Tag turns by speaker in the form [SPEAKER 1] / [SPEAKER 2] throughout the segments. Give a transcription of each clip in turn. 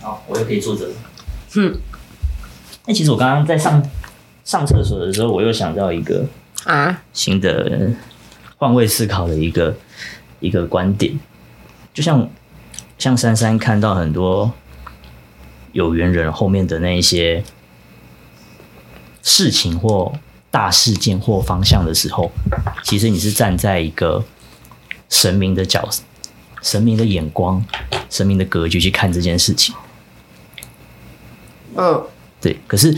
[SPEAKER 1] 好，我又可以坐着。
[SPEAKER 2] 嗯，
[SPEAKER 1] 那哎其实我刚刚在上上厕所的时候，我又想到一个
[SPEAKER 2] 啊，
[SPEAKER 1] 新的换位思考的一个一个观点，就像像珊珊看到很多有缘人后面的那一些事情或大事件或方向的时候，其实你是站在一个神明的角、神明的眼光、神明的格局去看这件事情。
[SPEAKER 2] 嗯，
[SPEAKER 1] 对，可是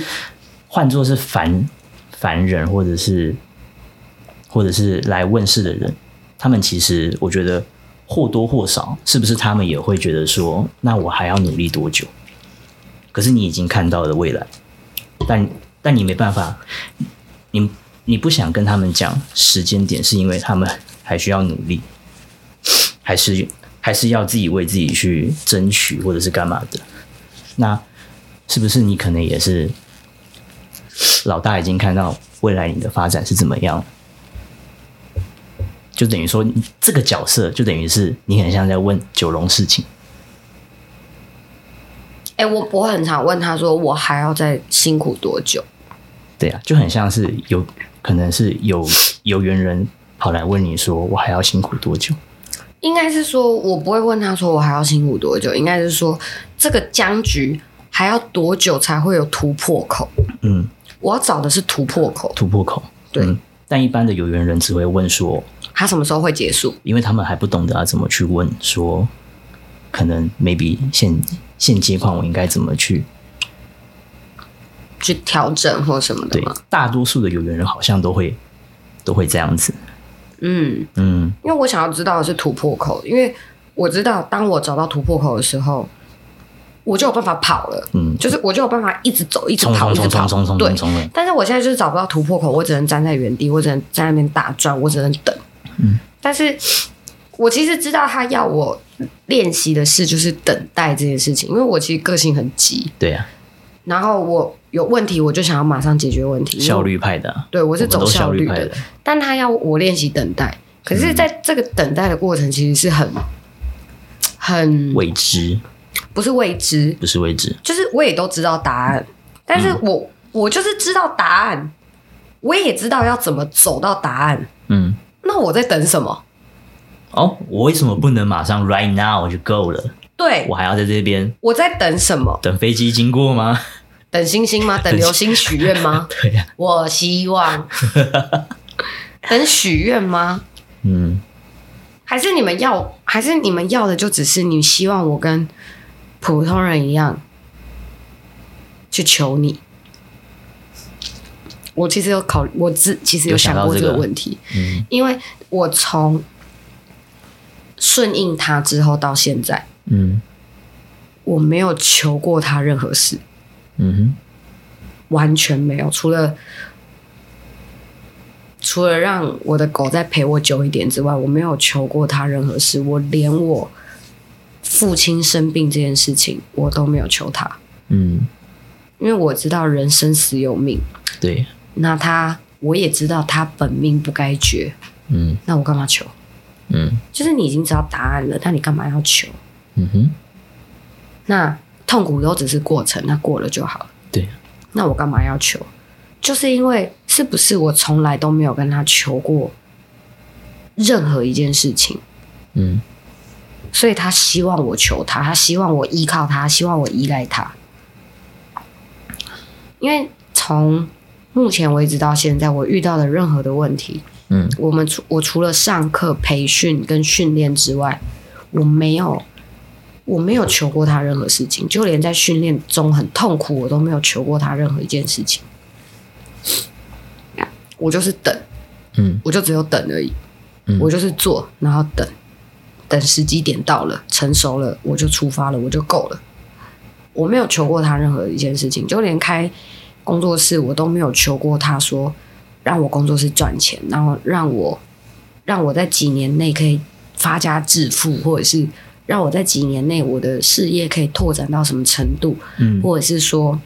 [SPEAKER 1] 换作是凡凡人，或者是或者是来问世的人，他们其实我觉得或多或少，是不是他们也会觉得说，那我还要努力多久？可是你已经看到了未来，但但你没办法，你你不想跟他们讲时间点，是因为他们还需要努力，还是还是要自己为自己去争取，或者是干嘛的？那是不是你可能也是老大已经看到未来你的发展是怎么样？就等于说，你这个角色就等于是你很像在问九龙事情，
[SPEAKER 2] 哎、我我很常问他说，我还要再辛苦多久？
[SPEAKER 1] 对啊，就很像是有可能是有有缘人跑来问你说，我还要辛苦多久？
[SPEAKER 2] 应该是说，我不会问他说我还要辛苦多久，应该是说这个僵局还要多久才会有突破口？
[SPEAKER 1] 嗯，
[SPEAKER 2] 我要找的是突破口，
[SPEAKER 1] 突破口。
[SPEAKER 2] 对
[SPEAKER 1] 嗯但一般的有缘人只会问说，
[SPEAKER 2] 它什么时候会结束？
[SPEAKER 1] 因为他们还不懂得要怎么去问说，可能 maybe 现现阶段我应该怎么去
[SPEAKER 2] 去调整或什么的
[SPEAKER 1] 对
[SPEAKER 2] 吗？，
[SPEAKER 1] 大多数的有缘人好像都会都会这样子。
[SPEAKER 2] 嗯，
[SPEAKER 1] 嗯
[SPEAKER 2] 因为我想要知道的是突破口，因为我知道当我找到突破口的时候，我就有办法跑了，
[SPEAKER 1] 嗯，
[SPEAKER 2] 就是我就有办法一直走，一直
[SPEAKER 1] 冲
[SPEAKER 2] 跑，
[SPEAKER 1] 冲
[SPEAKER 2] 一直
[SPEAKER 1] 冲
[SPEAKER 2] 跑
[SPEAKER 1] 冲冲，冲
[SPEAKER 2] 对
[SPEAKER 1] 冲。冲冲！
[SPEAKER 2] 但是我现在就是找不到突破口，我只能站在原地，我只能在那边打转，我只能等。
[SPEAKER 1] 嗯，
[SPEAKER 2] 但是我其实知道他要我练习的事就是等待这件事情，因为我其实个性很急，
[SPEAKER 1] 对啊，
[SPEAKER 2] 然后我有问题我就想要马上解决问题，
[SPEAKER 1] 效。率派的啊，
[SPEAKER 2] 对，我
[SPEAKER 1] 我
[SPEAKER 2] 是
[SPEAKER 1] 们
[SPEAKER 2] 走
[SPEAKER 1] 都效
[SPEAKER 2] 率
[SPEAKER 1] 派
[SPEAKER 2] 的
[SPEAKER 1] 的，，
[SPEAKER 2] 但他要我练习等待，可是在这个等待的过程其实是很很
[SPEAKER 1] 未知
[SPEAKER 2] 不是未知，
[SPEAKER 1] 不是未知，
[SPEAKER 2] 就是我也都知道答案，但是我、我就是知道答案，我也知道要怎么走到答案，
[SPEAKER 1] 嗯。
[SPEAKER 2] 那我在等什么？
[SPEAKER 1] 哦，我为什么不能马上 right now 就够了？
[SPEAKER 2] 对
[SPEAKER 1] 我，还要在这边
[SPEAKER 2] 我在等什么？
[SPEAKER 1] 等飞机经过吗？
[SPEAKER 2] 等星星 吗？等流星许愿吗？
[SPEAKER 1] 对呀、啊，
[SPEAKER 2] 我希 望等许愿吗？
[SPEAKER 1] 嗯，
[SPEAKER 2] 还是你们要？还是你们要的就只是你希望我跟普通人一样去求你？我其实有考，我自其实有
[SPEAKER 1] 有想
[SPEAKER 2] 想
[SPEAKER 1] 到
[SPEAKER 2] 过这
[SPEAKER 1] 这
[SPEAKER 2] 个
[SPEAKER 1] 个
[SPEAKER 2] 问题，
[SPEAKER 1] 嗯
[SPEAKER 2] 因为我从顺应他之后到现在，
[SPEAKER 1] 嗯
[SPEAKER 2] 我没有求过他任何事，
[SPEAKER 1] 嗯哼，
[SPEAKER 2] 完全没有，除了除了让我的狗再陪我久一点之外，我没有求过他任何事，我连我父亲生病这件事情我都没有求他，
[SPEAKER 1] 嗯，
[SPEAKER 2] 因为我知道人生死有命，
[SPEAKER 1] 对，
[SPEAKER 2] 那他我也知道他本命不该绝，
[SPEAKER 1] 嗯
[SPEAKER 2] 那我干嘛求？
[SPEAKER 1] 嗯
[SPEAKER 2] 就是你已经知道答案了，那你干嘛要求？
[SPEAKER 1] 嗯哼，
[SPEAKER 2] 那痛苦都只是过程，那过了就好了。
[SPEAKER 1] 对，
[SPEAKER 2] 那我干嘛要求？就是因为是不是我从来都没有跟他求过任何一件事情，
[SPEAKER 1] 嗯
[SPEAKER 2] 所以他希望我求他，他希望我依靠他，希望我依赖他。因为从目前为止到现在，我遇到的任何的问题，
[SPEAKER 1] 嗯
[SPEAKER 2] 我们除我除了上课培训跟训练之外，我没有我没有求过他任何事情，就连在训练中很痛苦，我都没有求过他任何一件事情。我就是等，
[SPEAKER 1] 嗯
[SPEAKER 2] 我就只有等而已，
[SPEAKER 1] 嗯
[SPEAKER 2] 我就是做，然后等，等时机点到了，成熟了，我就出发了，我就够了。我没有求过他任何一件事情，就连开工作室，我都没有求过他说让我工作室赚钱，然后让我让我在几年内可以发家致富，或者是让我在几年内我的事业可以拓展到什么程度，
[SPEAKER 1] 嗯
[SPEAKER 2] 或者是说，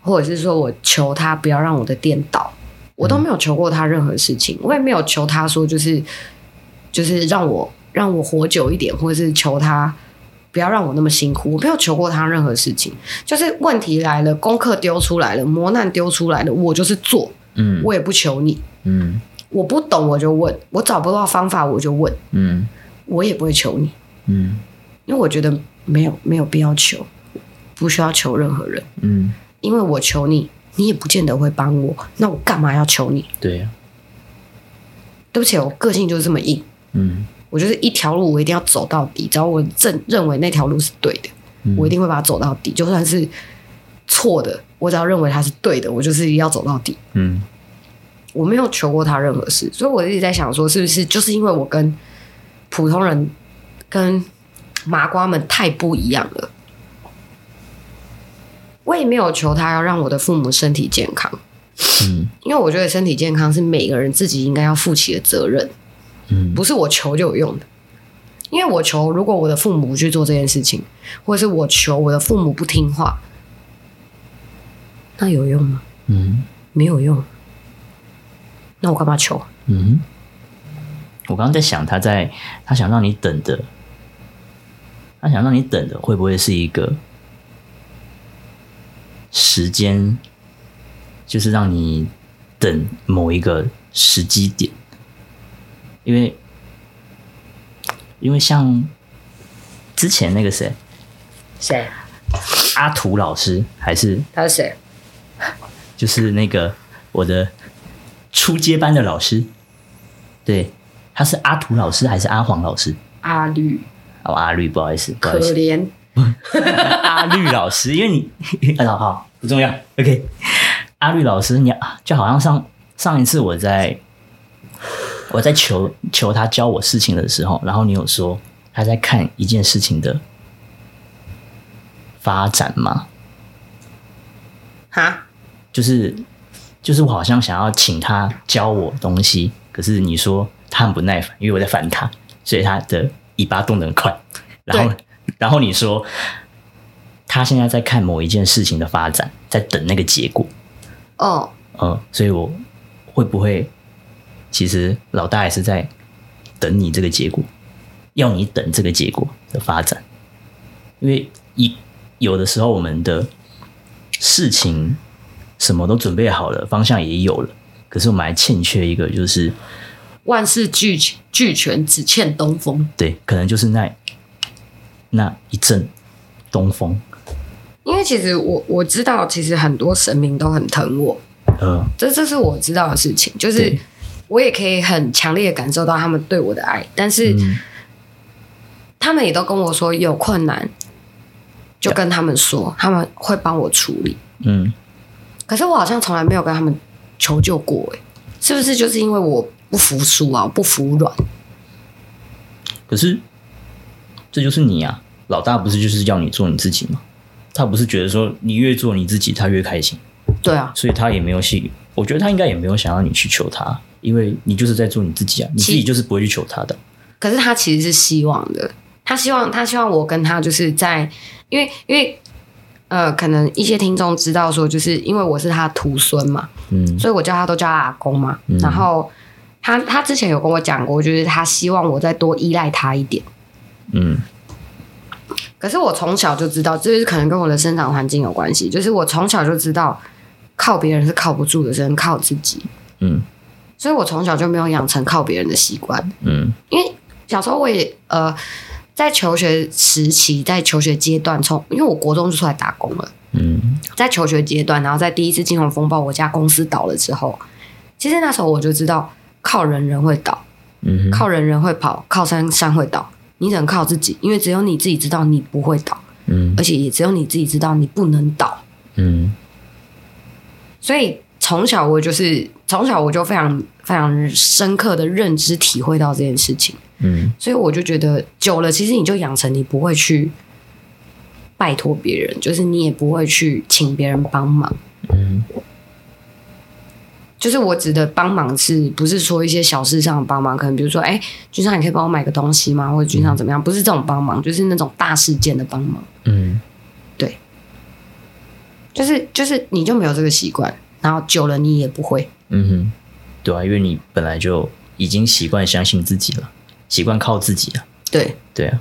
[SPEAKER 2] 或者是说我求他不要让我的店倒，我都没有求过他任何事情，我也没有求他说就是就是让我让我活久一点，或者是求他不要让我那么辛苦。我没有求过他任何事情，就是问题来了，功课丢出来了，磨难丢出来了，我就是做，
[SPEAKER 1] 嗯
[SPEAKER 2] 我也不求你。
[SPEAKER 1] 嗯
[SPEAKER 2] 我不懂我就问，我找不到方法我就问，
[SPEAKER 1] 嗯
[SPEAKER 2] 我也不会求你，
[SPEAKER 1] 嗯
[SPEAKER 2] 因为我觉得没有没有必要求，不需要求任何人，
[SPEAKER 1] 嗯，
[SPEAKER 2] 因为我求你，你也不见得会帮我，那我干嘛要求你？
[SPEAKER 1] 对呀，
[SPEAKER 2] 对不起，我个性就是这么硬，
[SPEAKER 1] 嗯
[SPEAKER 2] 我就是一条路我一定要走到底，只要我正认为那条路是对的，
[SPEAKER 1] 嗯
[SPEAKER 2] 我一定会把它走到底，就算是错的，我只要认为它是对的，我就是要走到底。
[SPEAKER 1] 嗯
[SPEAKER 2] 我没有求过他任何事，所以我一直在想说，是不是就是因为我跟普通人、跟麻瓜们太不一样了？我也没有求他要让我的父母身体健康，
[SPEAKER 1] 嗯
[SPEAKER 2] 因为我觉得身体健康是每个人自己应该要负起的责任，
[SPEAKER 1] 嗯
[SPEAKER 2] 不是我求就有用的。因为我求，如果我的父母不去做这件事情，或者是我求我的父母不听话，那有用吗？
[SPEAKER 1] 嗯
[SPEAKER 2] 没有用。那我干嘛求？
[SPEAKER 1] 嗯。我刚刚在想，他在他想让你等的，他想让你等的会不会是一个时间，就是让你等某一个时机点？因为因为像之前那个谁
[SPEAKER 2] 谁？
[SPEAKER 1] 阿图老师，还是
[SPEAKER 2] 他是谁？
[SPEAKER 1] 就是那个我的初阶班的老师，对，他是阿图老师还是阿黄老师？
[SPEAKER 2] 阿绿，
[SPEAKER 1] 哦，阿绿，不好意思，不好
[SPEAKER 2] 可
[SPEAKER 1] 意思，
[SPEAKER 2] 怜。
[SPEAKER 1] 阿绿老师，因为你， 啊，好好，不重要，OK。阿绿老师，你啊就好像上上一次我在我在求求他教我事情的时候，然后你有说他在看一件事情的发展吗？
[SPEAKER 2] 哈，
[SPEAKER 1] 就是就是我好像想要请他教我东西，可是你说他很不耐烦，因为我在烦他，所以他的尾巴动得很快。然后然后你说他现在在看某一件事情的发展，在等那个结果。
[SPEAKER 2] 哦，
[SPEAKER 1] 嗯，所以我会不会其实老大也是在等你这个结果，要你等这个结果的发展，因为一有的时候我们的事情什么都准备好了，方向也有了，可是我们还欠缺一个，就是
[SPEAKER 2] 万事俱俱全，只欠东风。
[SPEAKER 1] 对，可能就是那那一阵东风，
[SPEAKER 2] 因为其实我我知道，其实很多神明都很疼我，
[SPEAKER 1] 呃，
[SPEAKER 2] 这这是我知道的事情，就是
[SPEAKER 1] 对
[SPEAKER 2] 我也可以很强烈的感受到他们对我的爱，但是
[SPEAKER 1] 嗯
[SPEAKER 2] 他们也都跟我说有困难，就跟他们说，他们会帮我处理。
[SPEAKER 1] 嗯
[SPEAKER 2] 可是我好像从来没有跟他们求救过、欸，是不是就是因为我不服输啊，我不服软？
[SPEAKER 1] 可是这就是你啊，老大不是就是要你做你自己吗？他不是觉得说你越做你自己，他越开心，
[SPEAKER 2] 对啊，
[SPEAKER 1] 所以他也没有去，我觉得他应该也没有想要你去求他，因为你就是在做你自己啊，你自己就是不会去求他的。
[SPEAKER 2] 可是他其实是希望的，他希望他希望我跟他就是在，因为因为呃，可能一些听众知道说，就是因为我是他徒孙嘛，
[SPEAKER 1] 嗯
[SPEAKER 2] 所以我叫他都叫他阿公嘛。
[SPEAKER 1] 嗯
[SPEAKER 2] 然后他他之前有跟我讲过，就是他希望我再多依赖他一点。
[SPEAKER 1] 嗯
[SPEAKER 2] 可是我从小就知道，这就是可能跟我的生长环境有关系，就是我从小就知道靠别人是靠不住的，只能靠自己。
[SPEAKER 1] 嗯
[SPEAKER 2] 所以我从小就没有养成靠别人的习惯。
[SPEAKER 1] 嗯
[SPEAKER 2] 因为小时候我也呃，在求学时期，在求学阶段从，因为我国中就出来打工了，
[SPEAKER 1] 嗯
[SPEAKER 2] 在求学阶段，然后在第一次金融风暴，我家公司倒了之后，其实那时候我就知道，靠人人会倒，
[SPEAKER 1] 嗯哼
[SPEAKER 2] 靠人人会跑，靠山山会倒，你只能靠自己，因为只有你自己知道你不会倒，
[SPEAKER 1] 嗯
[SPEAKER 2] 而且也只有你自己知道你不能倒，
[SPEAKER 1] 嗯
[SPEAKER 2] 所以从小我就是从小我就非常非常深刻的认知体会到这件事情。
[SPEAKER 1] 嗯
[SPEAKER 2] 所以我就觉得久了，其实你就养成你不会去拜托别人，就是你也不会去请别人帮忙。
[SPEAKER 1] 嗯
[SPEAKER 2] 就是我指的帮忙是不是说一些小事上的帮忙？可能比如说，哎、君上，你可以帮我买个东西吗？或者君上怎么样？不是这种帮忙，就是那种大事件的帮忙。
[SPEAKER 1] 嗯
[SPEAKER 2] 就是就是你就没有这个习惯，然后久了你也不会。
[SPEAKER 1] 嗯哼，对啊，因为你本来就已经习惯相信自己了，习惯靠自己了，
[SPEAKER 2] 对，
[SPEAKER 1] 对啊，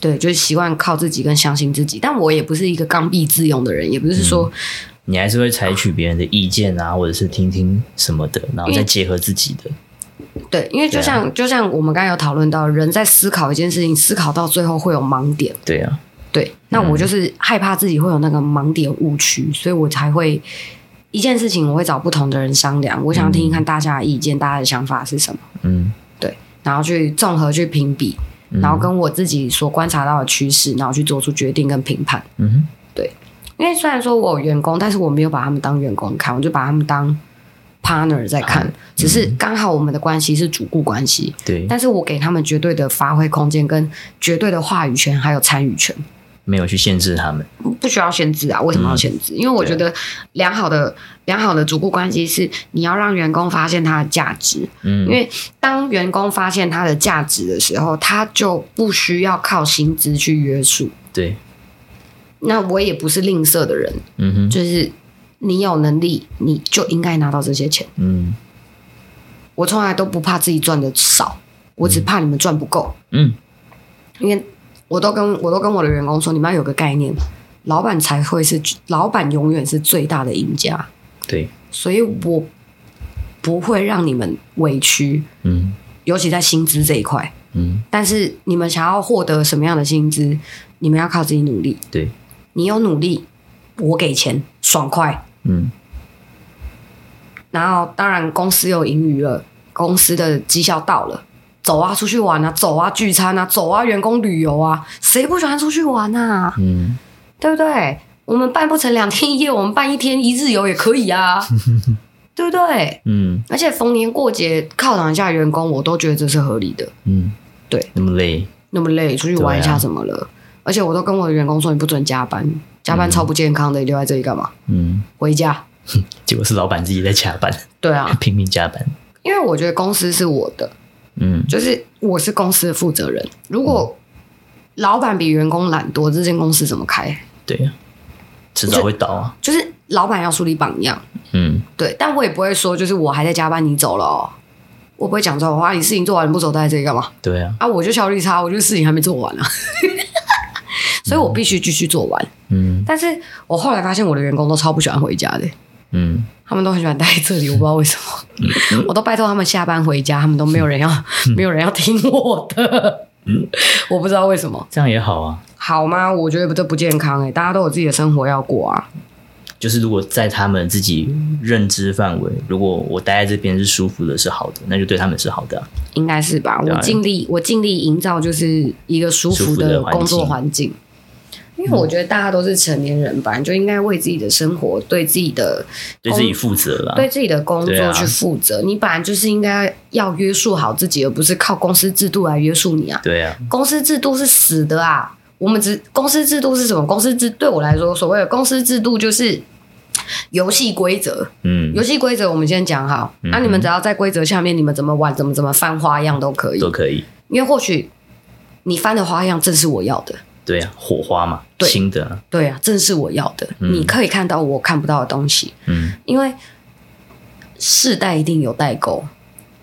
[SPEAKER 2] 对，就是习惯靠自己跟相信自己。但我也不是一个刚愎自用的人，也不是说、
[SPEAKER 1] 你还是会采取别人的意见啊，或者是听听什么的，然后再结合自己的。
[SPEAKER 2] 对，因为就像、就像我们刚才有讨论到，人在思考一件事情，思考到最后会有盲点。
[SPEAKER 1] 对啊，
[SPEAKER 2] 对，那我就是害怕自己会有那个盲点误区，所以我才会一件事情，我会找不同的人商量，我想要听听看大家的意见，大家的想法是什么，
[SPEAKER 1] 嗯
[SPEAKER 2] 然后去综合去评比，
[SPEAKER 1] 嗯
[SPEAKER 2] 然后跟我自己所观察到的趋势，然后去做出决定跟评判。
[SPEAKER 1] 嗯
[SPEAKER 2] 因为虽然说我有员工，但是我没有把他们当员工看，我就把他们当 partner 在看，只是刚好我们的关系是主顾关系，
[SPEAKER 1] 哼，对，
[SPEAKER 2] 但是我给他们绝对的发挥空间跟绝对的话语权还有参与权。
[SPEAKER 1] 没有去限制他们。
[SPEAKER 2] 不需要限制啊？为什么要限制？因为我觉得良好的良好的主顾关系是你要让员工发现他的价值，
[SPEAKER 1] 嗯，
[SPEAKER 2] 因为当员工发现他的价值的时候，他就不需要靠薪资去约束。
[SPEAKER 1] 对，
[SPEAKER 2] 那我也不是吝啬的人，
[SPEAKER 1] 嗯哼，
[SPEAKER 2] 就是你有能力，你就应该拿到这些钱。
[SPEAKER 1] 嗯
[SPEAKER 2] 我从来都不怕自己赚的少，我只怕你们赚不够，
[SPEAKER 1] 嗯，
[SPEAKER 2] 因为我都跟我都跟我的员工说，你们要有个概念，老板才会是老板永远是最大的赢家。
[SPEAKER 1] 对，
[SPEAKER 2] 所以我不会让你们委屈，
[SPEAKER 1] 嗯
[SPEAKER 2] 尤其在薪资这一块。
[SPEAKER 1] 嗯，
[SPEAKER 2] 但是你们想要获得什么样的薪资，你们要靠自己努力。
[SPEAKER 1] 对，
[SPEAKER 2] 你有努力，我给钱，爽快。
[SPEAKER 1] 嗯
[SPEAKER 2] 然后当然公司有盈余了，公司的绩效到了，走啊出去玩啊，走啊聚餐啊，走啊员工旅游啊，谁不喜欢出去玩啊？
[SPEAKER 1] 嗯，
[SPEAKER 2] 对不对？我们办不成两天一夜，我们办一天一日游也可 以啊，对不对？
[SPEAKER 1] 嗯
[SPEAKER 2] 而且逢年过节犒赏一下员工，我都觉得这是合理的。
[SPEAKER 1] 嗯，
[SPEAKER 2] 对，
[SPEAKER 1] 那么累，
[SPEAKER 2] 那么累，出去玩一
[SPEAKER 1] 对
[SPEAKER 2] 下
[SPEAKER 1] 啊
[SPEAKER 2] 怎么了？而且我都跟我的员工说，你不准加班，加班超不健康的，你留在这里干嘛？
[SPEAKER 1] 嗯，
[SPEAKER 2] 回家。
[SPEAKER 1] 结果是老板自己在加班，
[SPEAKER 2] 对啊，
[SPEAKER 1] 拼命加班，
[SPEAKER 2] 因为我觉得公司是我的，
[SPEAKER 1] 嗯
[SPEAKER 2] 就是我是公司的负责人。如果老板比员工懒惰，这间公司怎么开？
[SPEAKER 1] 对呀，迟早会倒啊，
[SPEAKER 2] 就是老板要树立榜样，
[SPEAKER 1] 嗯
[SPEAKER 2] 对。但我也不会说，就是我还在加班，你走了、哦，我不会讲这种话。你事情做完你不走，待在这里干嘛？
[SPEAKER 1] 对啊，
[SPEAKER 2] 啊，我就效率差，我就事情还没做完啊， 所以我必须继续做完。
[SPEAKER 1] 嗯
[SPEAKER 2] 但是我后来发现，我的员工都超不喜欢回家的，
[SPEAKER 1] 嗯
[SPEAKER 2] 他们都很喜欢待在这里，我不知道为什么。我都拜托他们下班回家，他们都没有人要，没有人要听我的， 我不知道为什么。
[SPEAKER 1] 这样也好啊，
[SPEAKER 2] 好吗？我觉得这不健康哎、大家都有自己的生活要过啊。
[SPEAKER 1] 就是如果在他们自己认知范围，如果我待在这边是舒服的、是好的，那就对他们是好的啊、
[SPEAKER 2] 应该是吧？
[SPEAKER 1] 对
[SPEAKER 2] 我
[SPEAKER 1] 啊
[SPEAKER 2] 尽力，我尽力营造就是一个舒服的工作环境，因为我觉得大家都是成年人吧，你就应该为自己的生活、对自己的、
[SPEAKER 1] 对自己负责啦。
[SPEAKER 2] 对自己的工
[SPEAKER 1] 啊对
[SPEAKER 2] 作
[SPEAKER 1] 啊
[SPEAKER 2] 去负责。你本来就是应该要约束好自己，而不是靠公司制度来约束你啊。
[SPEAKER 1] 对啊，
[SPEAKER 2] 公司制度是死的啊！我们只公司制度是什么？公司制对我来说，所谓的公司制度就是游戏规则。
[SPEAKER 1] 嗯
[SPEAKER 2] 游，戏规则我们先讲好，那、
[SPEAKER 1] 嗯哼
[SPEAKER 2] 你们只要在规则下面，你们怎么玩、怎么怎么翻花样都可以，
[SPEAKER 1] 都可以。
[SPEAKER 2] 因为或许你翻的花样正是我要的，
[SPEAKER 1] 对啊，火花嘛，
[SPEAKER 2] 对
[SPEAKER 1] 新的啊、
[SPEAKER 2] 对啊，正是我要的，
[SPEAKER 1] 嗯
[SPEAKER 2] 你可以看到我看不到的东西，
[SPEAKER 1] 嗯，
[SPEAKER 2] 因为世代一定有代沟，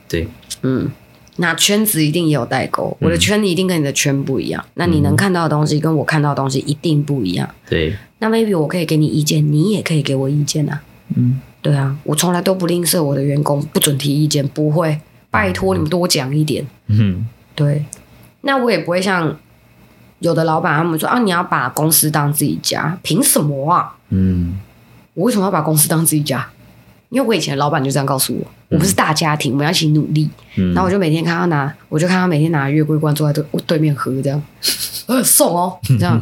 [SPEAKER 1] 对，
[SPEAKER 2] 嗯，那圈子一定也有代沟，我的圈一定跟你的圈不一样，那你
[SPEAKER 1] 嗯
[SPEAKER 2] 能看到的东西跟我看到的东西一定不一样，
[SPEAKER 1] 对，
[SPEAKER 2] 那 maybe 我可以给你意见，你也可以给我意见啊，
[SPEAKER 1] 嗯，
[SPEAKER 2] 对啊，我从来都不吝啬我的员工，不准提意见，不会，拜托你们多讲一点。
[SPEAKER 1] 嗯，
[SPEAKER 2] 对，那我也不会像有的老板他们说啊，你要把公司当自己家，凭什么啊？
[SPEAKER 1] 嗯，
[SPEAKER 2] 我为什么要把公司当自己家？因为我以前的老板就这样告诉我，我们是大家庭，我们要一起努力。
[SPEAKER 1] 嗯
[SPEAKER 2] 然后我就每天看他拿，我就看他每天拿月桂冠坐在对我对面喝这样，呃送哦 这样，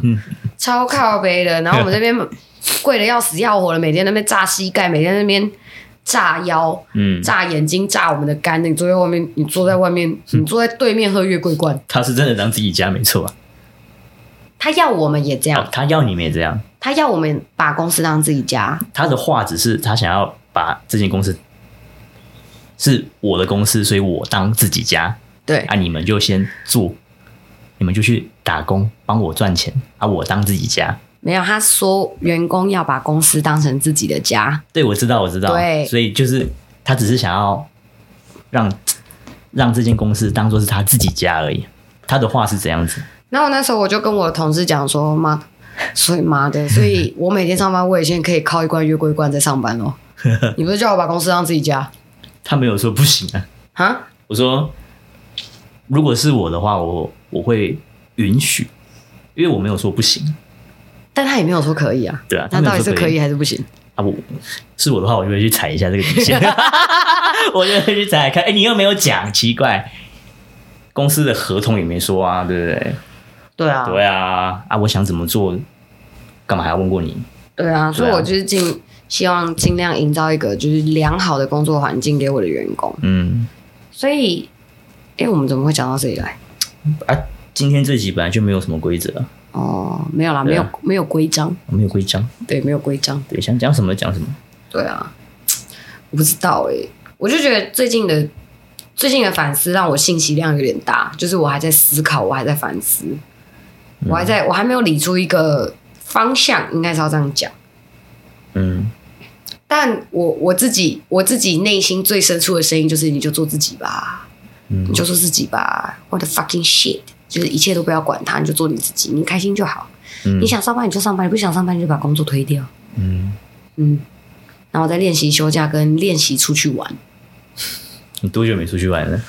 [SPEAKER 2] 超靠背的。然后我们这边贵的要死要活的，每天在那边炸膝盖，每天在那边炸腰、
[SPEAKER 1] 嗯，
[SPEAKER 2] 炸眼睛、炸我们的肝。你坐在外面，你坐在外面，你坐在对面喝月桂冠，
[SPEAKER 1] 他是真的当自己家没错啊。
[SPEAKER 2] 他要我们也这
[SPEAKER 1] 哦
[SPEAKER 2] 样，
[SPEAKER 1] 他要你们也这样，
[SPEAKER 2] 他要我们把公司当自己家。
[SPEAKER 1] 他的话只是他想要把这间公司是我的公司，所以我当自己家。
[SPEAKER 2] 对
[SPEAKER 1] 啊，你们就先做，你们就去打工，帮我赚钱啊，我当自己家。
[SPEAKER 2] 没有，他说员工要把公司当成自己的家，
[SPEAKER 1] 对，我知道，我知道。
[SPEAKER 2] 对
[SPEAKER 1] 所以就是他只是想要让让这间公司当做是他自己家而已。他的话是这样子，
[SPEAKER 2] 然后那时候我就跟我的同事讲说，妈，所以妈的，所以我每天上班，我也现在可以靠一罐月桂冠在上班哦。 你不是叫我把公司当自己家
[SPEAKER 1] 他没有说不行啊。
[SPEAKER 2] 啊？
[SPEAKER 1] 我说，如果是我的话，我我会允许，因为我没有说不行
[SPEAKER 2] 但他也没有说可以啊。
[SPEAKER 1] 对啊他
[SPEAKER 2] 那
[SPEAKER 1] 没有
[SPEAKER 2] 到底
[SPEAKER 1] 说
[SPEAKER 2] 是
[SPEAKER 1] 可
[SPEAKER 2] 可
[SPEAKER 1] 以
[SPEAKER 2] 以还是不行？
[SPEAKER 1] 啊。我是我的话，我就会去踩一下这个底线， 我就会去踩踩看。哎、你又没有讲，奇怪，公司的合同也没说啊，对不对？
[SPEAKER 2] 对啊，
[SPEAKER 1] 对啊，啊，我想怎么做，干嘛还要问过你？
[SPEAKER 2] 对啊，所以我就是尽希望尽量营造一个就是良好的工作环境给我的员工。
[SPEAKER 1] 嗯，
[SPEAKER 2] 所以，哎、我们怎么会讲到这里来？
[SPEAKER 1] 啊，今天这集本来就没有什么规则啊，
[SPEAKER 2] 哦，没有啦，
[SPEAKER 1] 对
[SPEAKER 2] 没
[SPEAKER 1] 啊
[SPEAKER 2] 有没有规章，
[SPEAKER 1] 没有规章，
[SPEAKER 2] 对，没有规章，
[SPEAKER 1] 对，想讲什么讲什么。
[SPEAKER 2] 对啊，我不知道哎、我就觉得最近的最近的反思让我信息量有点大，就是我还在思考，我还在反思，我还在我还没有理出一个方向，应该是要这样讲。
[SPEAKER 1] 嗯，
[SPEAKER 2] 但我我自己我自己内心最深处的声音就是，你就做自己吧，你就做自己吧，what the fucking shit，就是一切都不要管它，你就做你自己，你开心就好。
[SPEAKER 1] 嗯
[SPEAKER 2] 你想上班你就上班，你不想上班你就把工作推掉。
[SPEAKER 1] 嗯，
[SPEAKER 2] 嗯，然后再练习休假跟练习出去玩。
[SPEAKER 1] 你多久没出去玩了？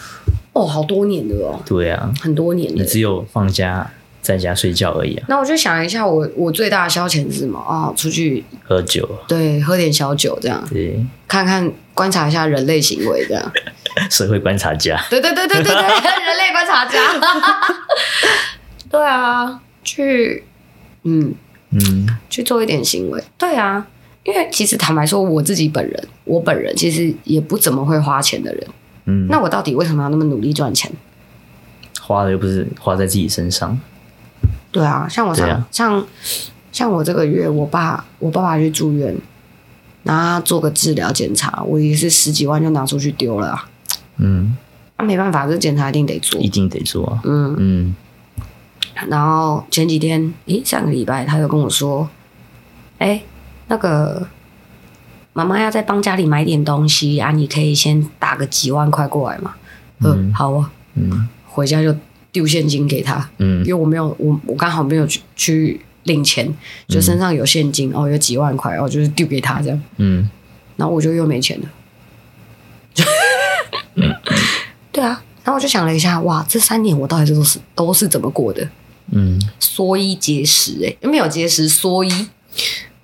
[SPEAKER 2] 哦，好多年了哦，
[SPEAKER 1] 对啊，
[SPEAKER 2] 很多年
[SPEAKER 1] 你
[SPEAKER 2] 了。
[SPEAKER 1] 只有放假在家睡觉而已啊，
[SPEAKER 2] 那我就想一下我，我最大的消遣是什么？哦，出去
[SPEAKER 1] 喝酒，
[SPEAKER 2] 对喝点小酒，这样
[SPEAKER 1] 对，
[SPEAKER 2] 看看观察一下人类行为，这样。
[SPEAKER 1] 社会观察家，
[SPEAKER 2] 对对对对对对， 人类观察家。 对啊，去嗯
[SPEAKER 1] 嗯
[SPEAKER 2] 去做一点行为。对啊，因为其实坦白说，我自己本人，我本人其实也不怎么会花钱的人。
[SPEAKER 1] 嗯，
[SPEAKER 2] 那我到底为什么要那么努力赚钱？
[SPEAKER 1] 花的又不是花在自己身上，
[SPEAKER 2] 对啊，像我上、
[SPEAKER 1] 对啊
[SPEAKER 2] 像像我这个月，我爸我爸爸去住院，然后他做个治疗检查，我也是十几万就拿出去丢了啊。
[SPEAKER 1] 嗯，
[SPEAKER 2] 啊，没办法，这检查一定得做
[SPEAKER 1] 一。定得做啊，
[SPEAKER 2] 嗯，
[SPEAKER 1] 嗯
[SPEAKER 2] 然后前几天，诶，上个礼拜他就跟我说，哎，那个妈妈要再帮家里买点东西啊，你可以先打个几万块过来嘛。嗯，好啊，
[SPEAKER 1] 嗯
[SPEAKER 2] 回家就丢现金给他。
[SPEAKER 1] 嗯
[SPEAKER 2] 因为我没有我我刚好没有去去领钱，就身上有现金、哦，有几万块哦，就是丢给他这样，
[SPEAKER 1] 嗯，
[SPEAKER 2] 然后我就又没钱了。 对啊，然后我就想了一下，哇，这三年我到底都是都是怎么过的？
[SPEAKER 1] 嗯，
[SPEAKER 2] 缩衣节食哎、欸，没有节食缩衣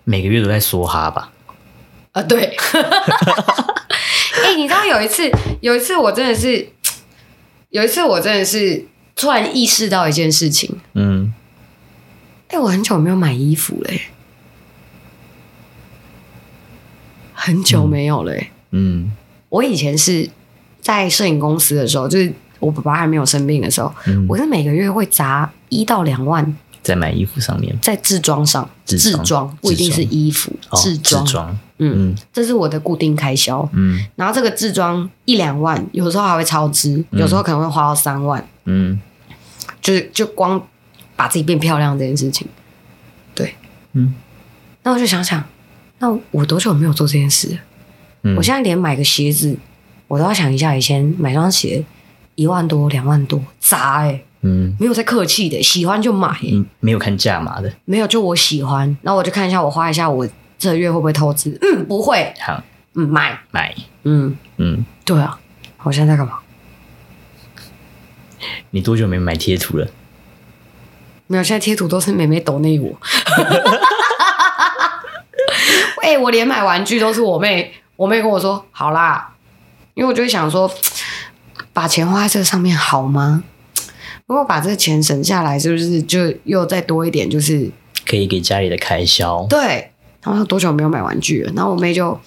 [SPEAKER 1] 每个月都在梭哈吧，
[SPEAKER 2] 啊，对。 哎、你知道有一次，有一次我真的是，有一次我真的是突然意识到一件事情，
[SPEAKER 1] 嗯，
[SPEAKER 2] 哎、我很久没有买衣服嘞、很久没有嘞、
[SPEAKER 1] 嗯
[SPEAKER 2] 我以前是在摄影公司的时候，就是我爸爸还没有生病的时候，
[SPEAKER 1] 嗯，
[SPEAKER 2] 我是每个月会砸一到两万
[SPEAKER 1] 在买衣服上面，
[SPEAKER 2] 在制装上，
[SPEAKER 1] 制装
[SPEAKER 2] 装不一定是衣服，
[SPEAKER 1] 哦
[SPEAKER 2] 制装、
[SPEAKER 1] 自装，
[SPEAKER 2] 嗯
[SPEAKER 1] 嗯
[SPEAKER 2] 这是我的固定开销。
[SPEAKER 1] 嗯
[SPEAKER 2] 然后这个制装一两万，有时候还会超支，有时候可能会花到三万。
[SPEAKER 1] 嗯
[SPEAKER 2] 就是就光把自己变漂亮这件事情，对，
[SPEAKER 1] 嗯，
[SPEAKER 2] 那我就想想，那我多久没有做这件事了？
[SPEAKER 1] 嗯，
[SPEAKER 2] 我现在连买个鞋子，我都要想一下，以前买双鞋一万多、两万多，砸哎、
[SPEAKER 1] 嗯
[SPEAKER 2] 没有在客气的，喜欢就买、欸，
[SPEAKER 1] 嗯没有看价码的，
[SPEAKER 2] 没有就我喜欢，那我就看一下，我花一下，我这个月会不会透支？嗯，不会，
[SPEAKER 1] 好
[SPEAKER 2] 嗯，买，
[SPEAKER 1] 买，
[SPEAKER 2] 嗯，
[SPEAKER 1] 嗯，
[SPEAKER 2] 对啊，我现在在干嘛？
[SPEAKER 1] 你多久没买贴图了？
[SPEAKER 2] 没有，现在贴图都是妹妹抖内我。哎、我连买玩具都是我妹，我妹跟我说好啦，因为我就会想说，把钱花在这上面好吗？如果把这钱省下来，是不是就又再多一点？就是
[SPEAKER 1] 可以给家里的开销，
[SPEAKER 2] 对。然后她多久没有买玩具了？然后我妹就，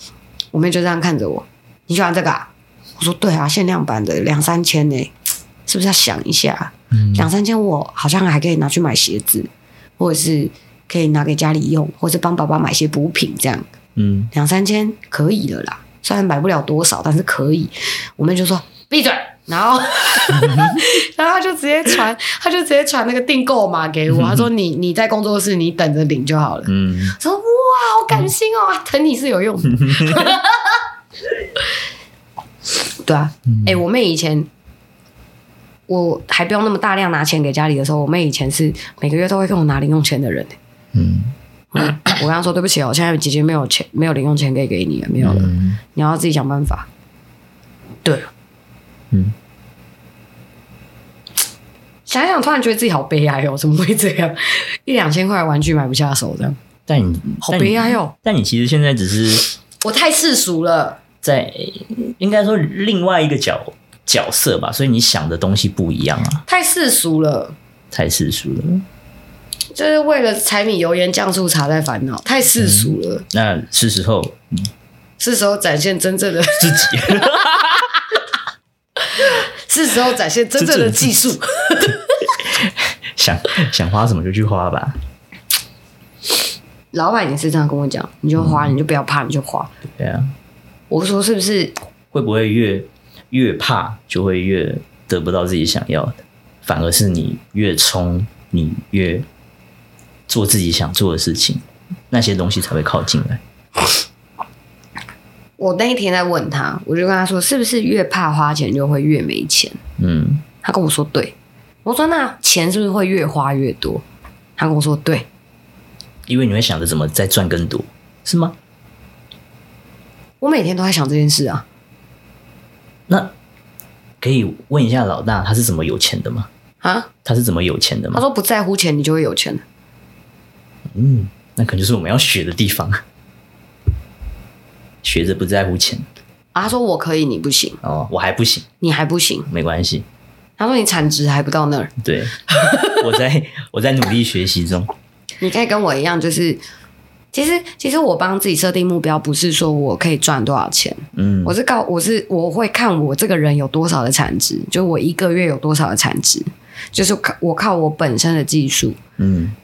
[SPEAKER 2] 我妹就这样看着我，你喜欢这个、啊？我说对啊，限量版的两三千呢、是不是要想一下啊、
[SPEAKER 1] 嗯
[SPEAKER 2] 两三千我好像还可以拿去买鞋子，或者是可以拿给家里用，或者帮爸爸买些补品这样。
[SPEAKER 1] 嗯
[SPEAKER 2] 两三千可以了啦，虽然买不了多少，但是可以。我妹就说闭嘴，然后然后他就直接传，他就直接传那个订购码给我，他说你你在工作室你等着领就好了。
[SPEAKER 1] 嗯。
[SPEAKER 2] 我说哇，好感性哦，疼你是有 用的。
[SPEAKER 1] 嗯
[SPEAKER 2] 对啊，哎、我妹以前，我还不用那么大量拿钱给家里的时候，我妹以前是每个月都会跟我拿零用钱的人、
[SPEAKER 1] 嗯
[SPEAKER 2] 我跟她说对不起哦，现在姐姐没有钱，没有零用钱可以给你了，没有了，
[SPEAKER 1] 嗯
[SPEAKER 2] 你要自己想办法。对，
[SPEAKER 1] 嗯，
[SPEAKER 2] 想一想突然觉得自己好悲哀哦，怎么会这样？一两千块的玩具买不下手，这样
[SPEAKER 1] 但你
[SPEAKER 2] 好悲哀哦。
[SPEAKER 1] 但你但你其实现在只是
[SPEAKER 2] 我太世俗了，
[SPEAKER 1] 在应该说另外一个角角色吧，所以你想的东西不一样啊，
[SPEAKER 2] 太世俗了，
[SPEAKER 1] 太世俗了。
[SPEAKER 2] 就是为了柴米油盐酱醋茶在烦恼，太世俗了，
[SPEAKER 1] 那是时候
[SPEAKER 2] 是时候展现真 正的，
[SPEAKER 1] 自己
[SPEAKER 2] 是时候展现真正的技术。
[SPEAKER 1] 想想花什么就去花吧。
[SPEAKER 2] 老板也是这样跟我讲，你就花，你就不要怕，你就花。
[SPEAKER 1] 对啊，
[SPEAKER 2] 我说是不是？
[SPEAKER 1] 会不会越越怕就会越得不到自己想要的？反而是你越冲，你越做自己想做的事情，那些东西才会靠近来。
[SPEAKER 2] 我那一天在问他，我就跟他说，是不是越怕花钱就会越没钱？
[SPEAKER 1] 嗯
[SPEAKER 2] 他跟我说对，我说那钱是不是会越花越多？他跟我说对，
[SPEAKER 1] 因为你会想着怎么再赚更多，是吗？
[SPEAKER 2] 我每天都在想这件事啊。
[SPEAKER 1] 那可以问一下老大，他是怎么有钱的吗？
[SPEAKER 2] 啊，
[SPEAKER 1] 他是怎么有钱的
[SPEAKER 2] 他
[SPEAKER 1] 吗？
[SPEAKER 2] 说不在乎钱，你就会有钱。
[SPEAKER 1] 嗯，那可能就是我们要学的地方， 学着不在乎钱
[SPEAKER 2] 啊，他说我可以，你不行，
[SPEAKER 1] 哦，我还不行，
[SPEAKER 2] 你还不行。
[SPEAKER 1] 没关系，
[SPEAKER 2] 他说你产值还不到那儿，
[SPEAKER 1] 对 我在我在努力学习中，
[SPEAKER 2] 你可以跟我一样，就是其实其实我帮自己设定目标，不是说我可以赚多少钱，
[SPEAKER 1] 嗯
[SPEAKER 2] 我是告我是我会看我这个人有多少的产值，就我一个月有多少的产值，就是靠我靠我本身的技术，
[SPEAKER 1] 嗯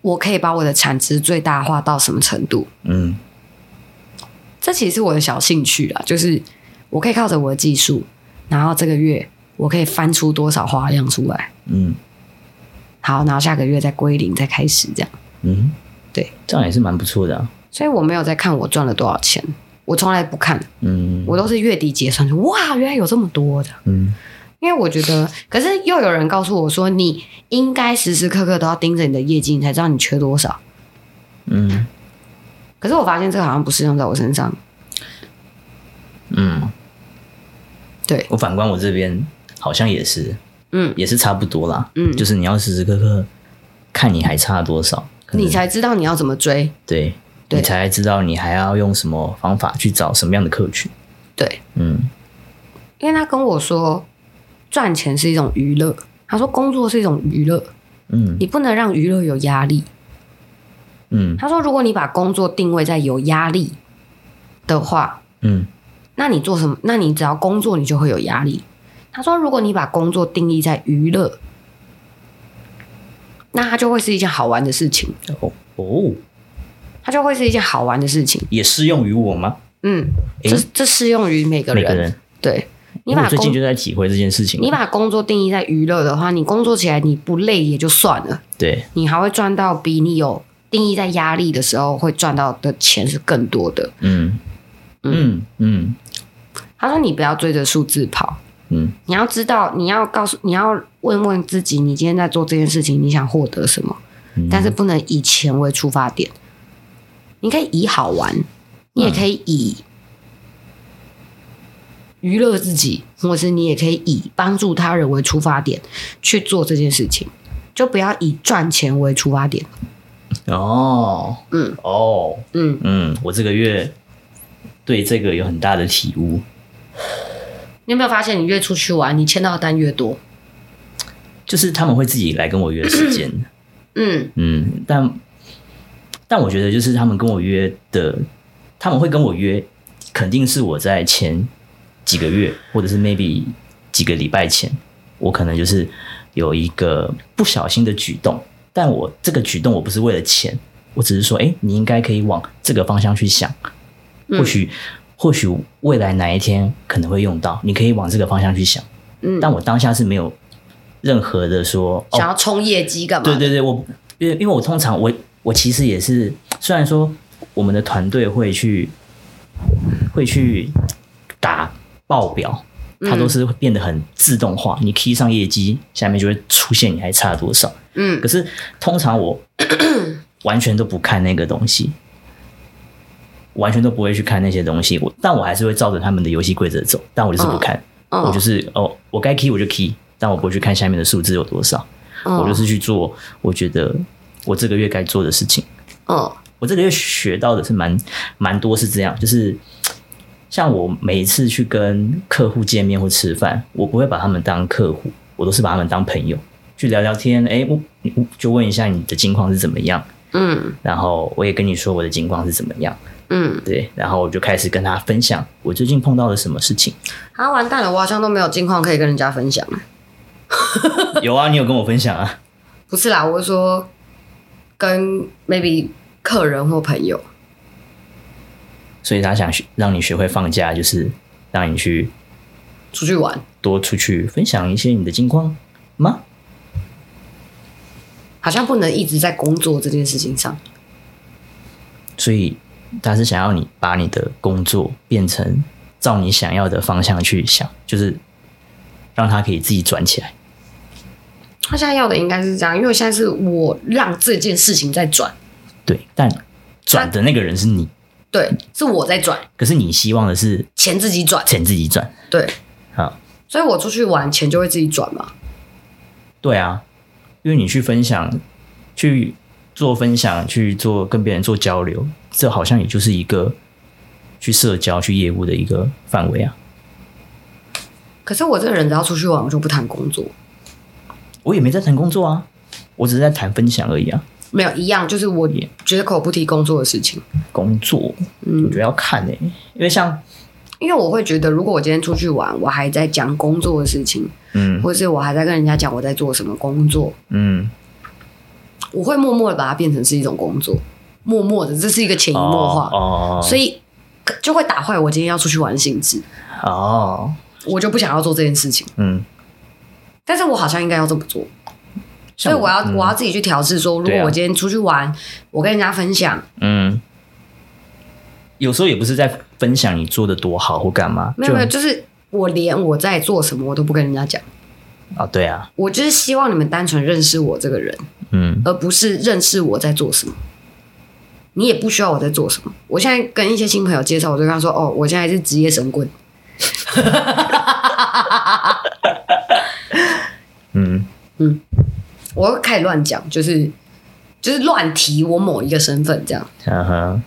[SPEAKER 2] 我可以把我的产值最大化到什么程度。
[SPEAKER 1] 嗯
[SPEAKER 2] 这其实是我的小兴趣啦，就是我可以靠着我的技术，然后这个月我可以翻出多少花样出来，
[SPEAKER 1] 嗯
[SPEAKER 2] 好，然后下个月再归零，再开始这样。
[SPEAKER 1] 嗯，
[SPEAKER 2] 对，
[SPEAKER 1] 这样也是蛮不错的、啊，
[SPEAKER 2] 所以我没有在看我赚了多少钱，我从来不看，
[SPEAKER 1] 嗯
[SPEAKER 2] 我都是月底结算，哇，原来有这么多的。
[SPEAKER 1] 嗯
[SPEAKER 2] 因为我觉得，可是又有人告诉我说，你应该时时刻刻都要盯着你的业绩，你才知道你缺多少。
[SPEAKER 1] 嗯
[SPEAKER 2] 可是我发现这个好像不适用在我身上，
[SPEAKER 1] 嗯，
[SPEAKER 2] 对，
[SPEAKER 1] 我反观我这边好像也是，
[SPEAKER 2] 嗯
[SPEAKER 1] 也是差不多啦，
[SPEAKER 2] 嗯
[SPEAKER 1] 就是你要时时刻刻看你还差多少，可能
[SPEAKER 2] 你才知道你要怎么追，
[SPEAKER 1] 对，
[SPEAKER 2] 对
[SPEAKER 1] 你才知道你还要用什么方法去找什么样的客群，
[SPEAKER 2] 对。
[SPEAKER 1] 嗯
[SPEAKER 2] 因为他跟我说，赚钱是一种娱乐，他说工作是一种娱乐，
[SPEAKER 1] 嗯
[SPEAKER 2] 你不能让娱乐有压力。
[SPEAKER 1] 嗯
[SPEAKER 2] 他说，如果你把工作定位在有压力的话，
[SPEAKER 1] 嗯
[SPEAKER 2] 那你做什么？那你只要工作，你就会有压力。他说，如果你把工作定义在娱乐，那它就会是一件好玩的事情，
[SPEAKER 1] 哦哦，
[SPEAKER 2] 它就会是一件好玩的事情。
[SPEAKER 1] 也适用于我吗？
[SPEAKER 2] 嗯，
[SPEAKER 1] 诶
[SPEAKER 2] 这这适用于每个
[SPEAKER 1] 每
[SPEAKER 2] 人。
[SPEAKER 1] 个人，
[SPEAKER 2] 对，你
[SPEAKER 1] 因为
[SPEAKER 2] 把
[SPEAKER 1] 我最近
[SPEAKER 2] 工
[SPEAKER 1] 就在体会这件事情，
[SPEAKER 2] 你把工作定义在娱乐的话，你工作起来你不累也就算了。
[SPEAKER 1] 对，
[SPEAKER 2] 你还会赚到比你有定义在压力的时候会赚到的钱是更多的。
[SPEAKER 1] 嗯嗯嗯
[SPEAKER 2] 他说你不要追着数字跑，
[SPEAKER 1] 嗯
[SPEAKER 2] 你要知道，你要告诉，你要问问自己，你今天在做这件事情，你想获得什么？
[SPEAKER 1] 嗯，
[SPEAKER 2] 但是不能以钱为出发点，你可以以好玩，你也可以以娱乐自己，或是你也可以以帮助他人为出发点去做这件事情，就不要以赚钱为出发点。
[SPEAKER 1] 哦
[SPEAKER 2] 嗯
[SPEAKER 1] 哦
[SPEAKER 2] 嗯，
[SPEAKER 1] 嗯，我这个月对这个有很大的体悟，
[SPEAKER 2] 你有没有发现，你越出去玩，你签到的单越多？
[SPEAKER 1] 就是他们会自己来跟我约时间，
[SPEAKER 2] 嗯
[SPEAKER 1] 嗯，但但我觉得就是他们跟我约的，他们会跟我约，肯定是我在前几个月，或者是 maybe 几个礼拜前，我可能就是有一个不小心的举动，但我这个举动我不是为了钱，我只是说，哎、你应该可以往这个方向去想，或许、或许未来哪一天可能会用到，你可以往这个方向去想，
[SPEAKER 2] 嗯，
[SPEAKER 1] 但我当下是没有任何的说，哦，
[SPEAKER 2] 想要冲业绩干嘛？
[SPEAKER 1] 对，对对，我因为因为我通常我我其实也是，虽然说我们的团队会去会去打报表，它都是会变得很自动化。你 key 上业绩，下面就会出现你还差多少。
[SPEAKER 2] 嗯
[SPEAKER 1] 可是通常我完全都不看那个东西，完全都不会去看那些东西。我但我还是会照着他们的游戏规则走，但我就是不看，
[SPEAKER 2] 嗯
[SPEAKER 1] 我就是哦，我该 key 我就 key，但我不会去看下面的数字有多少，
[SPEAKER 2] 嗯
[SPEAKER 1] 我就是去做我觉得我这个月该做的事情。
[SPEAKER 2] 嗯
[SPEAKER 1] 我这个月学到的是蛮蛮多是这样，就是像我每一次去跟客户见面或吃饭，我不会把他们当客户，我都是把他们当朋友去聊聊天。哎，我你我就问一下你的情况是怎么样，
[SPEAKER 2] 嗯
[SPEAKER 1] 然后我也跟你说我的情况是怎么样，
[SPEAKER 2] 嗯，
[SPEAKER 1] 对，然后我就开始跟他分享我最近碰到了什么事情。
[SPEAKER 2] 啊完蛋了，我好像都没有近况可以跟人家分享。
[SPEAKER 1] 有啊，你有跟我分享啊？
[SPEAKER 2] 不是啦，我是说跟 maybe 客人或朋友，
[SPEAKER 1] 所以他想学让你学会放假，就是让你去
[SPEAKER 2] 出去玩，
[SPEAKER 1] 多出去分享一些你的近况吗？
[SPEAKER 2] 好像不能一直在工作这件事情上。
[SPEAKER 1] 所以他是想要你把你的工作变成照你想要的方向去想，就是让他可以自己转起来。
[SPEAKER 2] 他现在要的应该是这样，因为现在是我让这件事情在转，
[SPEAKER 1] 对，但转的那个人是你，
[SPEAKER 2] 对，是我在转，
[SPEAKER 1] 可是你希望的是
[SPEAKER 2] 钱自己转，
[SPEAKER 1] 钱自己转
[SPEAKER 2] 对，
[SPEAKER 1] 啊？
[SPEAKER 2] 所以我出去玩，钱就会自己转嘛。
[SPEAKER 1] 对啊，因为你去分享，去做分享，去做跟别人做交流，这好像也就是一个去社交、去业务的一个范围啊。
[SPEAKER 2] 可是我这个人只要出去玩，我就不谈工作，
[SPEAKER 1] 我也没在谈工作啊，我只是在谈分享而已啊。
[SPEAKER 2] 没有一样，就是我绝口不提工作的事情，
[SPEAKER 1] 工作，
[SPEAKER 2] 嗯
[SPEAKER 1] 我觉得要看诶、因为像
[SPEAKER 2] 因为我会觉得，如果我今天出去玩，我还在讲工作的事情，
[SPEAKER 1] 嗯
[SPEAKER 2] 或是我还在跟人家讲我在做什么工作，
[SPEAKER 1] 嗯，
[SPEAKER 2] 我会默默的把它变成是一种工作，默默的，这是一个潜移默化，
[SPEAKER 1] 哦，
[SPEAKER 2] 所以就会打坏我今天要出去玩的兴致，
[SPEAKER 1] 以哦，
[SPEAKER 2] 我就不想要做这件事情。
[SPEAKER 1] 嗯，
[SPEAKER 2] 但是我好像应该要这么做，所
[SPEAKER 1] 所
[SPEAKER 2] 以我要、我要自己去调试说，如
[SPEAKER 1] 嗯对
[SPEAKER 2] 果
[SPEAKER 1] 啊
[SPEAKER 2] 我今天出去玩，我跟人家分享，
[SPEAKER 1] 嗯，有时候也不是在分享你做的多好或干嘛，
[SPEAKER 2] 没有没有，就是我连我在做什么我都不跟人家讲，
[SPEAKER 1] 啊，对啊，
[SPEAKER 2] 我就是希望你们单纯认识我这个人，
[SPEAKER 1] 嗯
[SPEAKER 2] 而不是认识我在做什么。你也不需要我在做什么。我现在跟一些新朋友介绍，我就跟他说：“哦，我现在是职业神棍。
[SPEAKER 1] 嗯，”
[SPEAKER 2] 我又开始乱讲，就是就是乱提我某一个身份这样。
[SPEAKER 1] 嗯哼，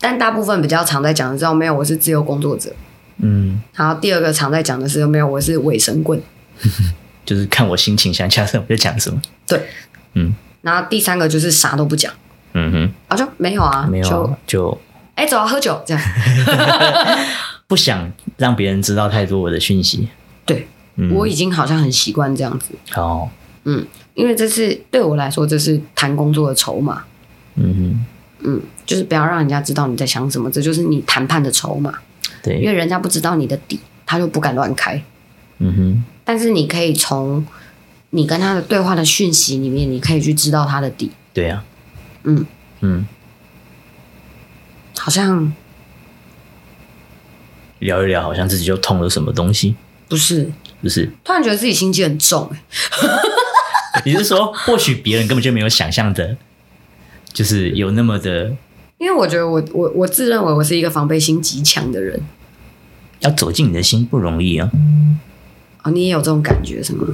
[SPEAKER 2] 但大部分比较常在讲的是哦，没有，我是自由工作者。
[SPEAKER 1] 嗯，
[SPEAKER 2] 然后第二个常在讲的是没有，我是伪神棍。
[SPEAKER 1] 就是看我心情想讲什么就讲 什么，
[SPEAKER 2] 对，
[SPEAKER 1] 嗯。
[SPEAKER 2] 然后第三个就是啥都不讲，
[SPEAKER 1] 嗯
[SPEAKER 2] 然后就没有啊，
[SPEAKER 1] 哼，没有
[SPEAKER 2] 就
[SPEAKER 1] 啊就
[SPEAKER 2] 哎、走啊，喝酒这样。
[SPEAKER 1] 不想让别人知道太多我的讯息，
[SPEAKER 2] 对、
[SPEAKER 1] 嗯，哦
[SPEAKER 2] 我已经好像很习惯这样子，
[SPEAKER 1] 好，
[SPEAKER 2] 因为这是对我来说，这是谈工作的筹码。
[SPEAKER 1] 嗯
[SPEAKER 2] 嗯，就是不要让人家知道你在想什么，这就是你谈判的筹码，
[SPEAKER 1] 哼，
[SPEAKER 2] 因
[SPEAKER 1] 对，
[SPEAKER 2] 为人家不知道你的底，他就不敢乱开。
[SPEAKER 1] 嗯哼，
[SPEAKER 2] 但是你可以从你跟他的对话的讯息里面，你可以去知道他的底。
[SPEAKER 1] 对啊，
[SPEAKER 2] 嗯
[SPEAKER 1] 嗯，
[SPEAKER 2] 好像
[SPEAKER 1] 聊一聊，好像自己就通了什么东西，
[SPEAKER 2] 不是，
[SPEAKER 1] 不是？
[SPEAKER 2] 突然觉得自己心机很重、欸，
[SPEAKER 1] 你是说，或许别人根本就没有想象的，就是有那么的
[SPEAKER 2] 因为我觉得我我我自认为我是一个防备心极强的人
[SPEAKER 1] 要走进你的心不容易啊。
[SPEAKER 2] 啊、哦，你也有这种感觉是吗？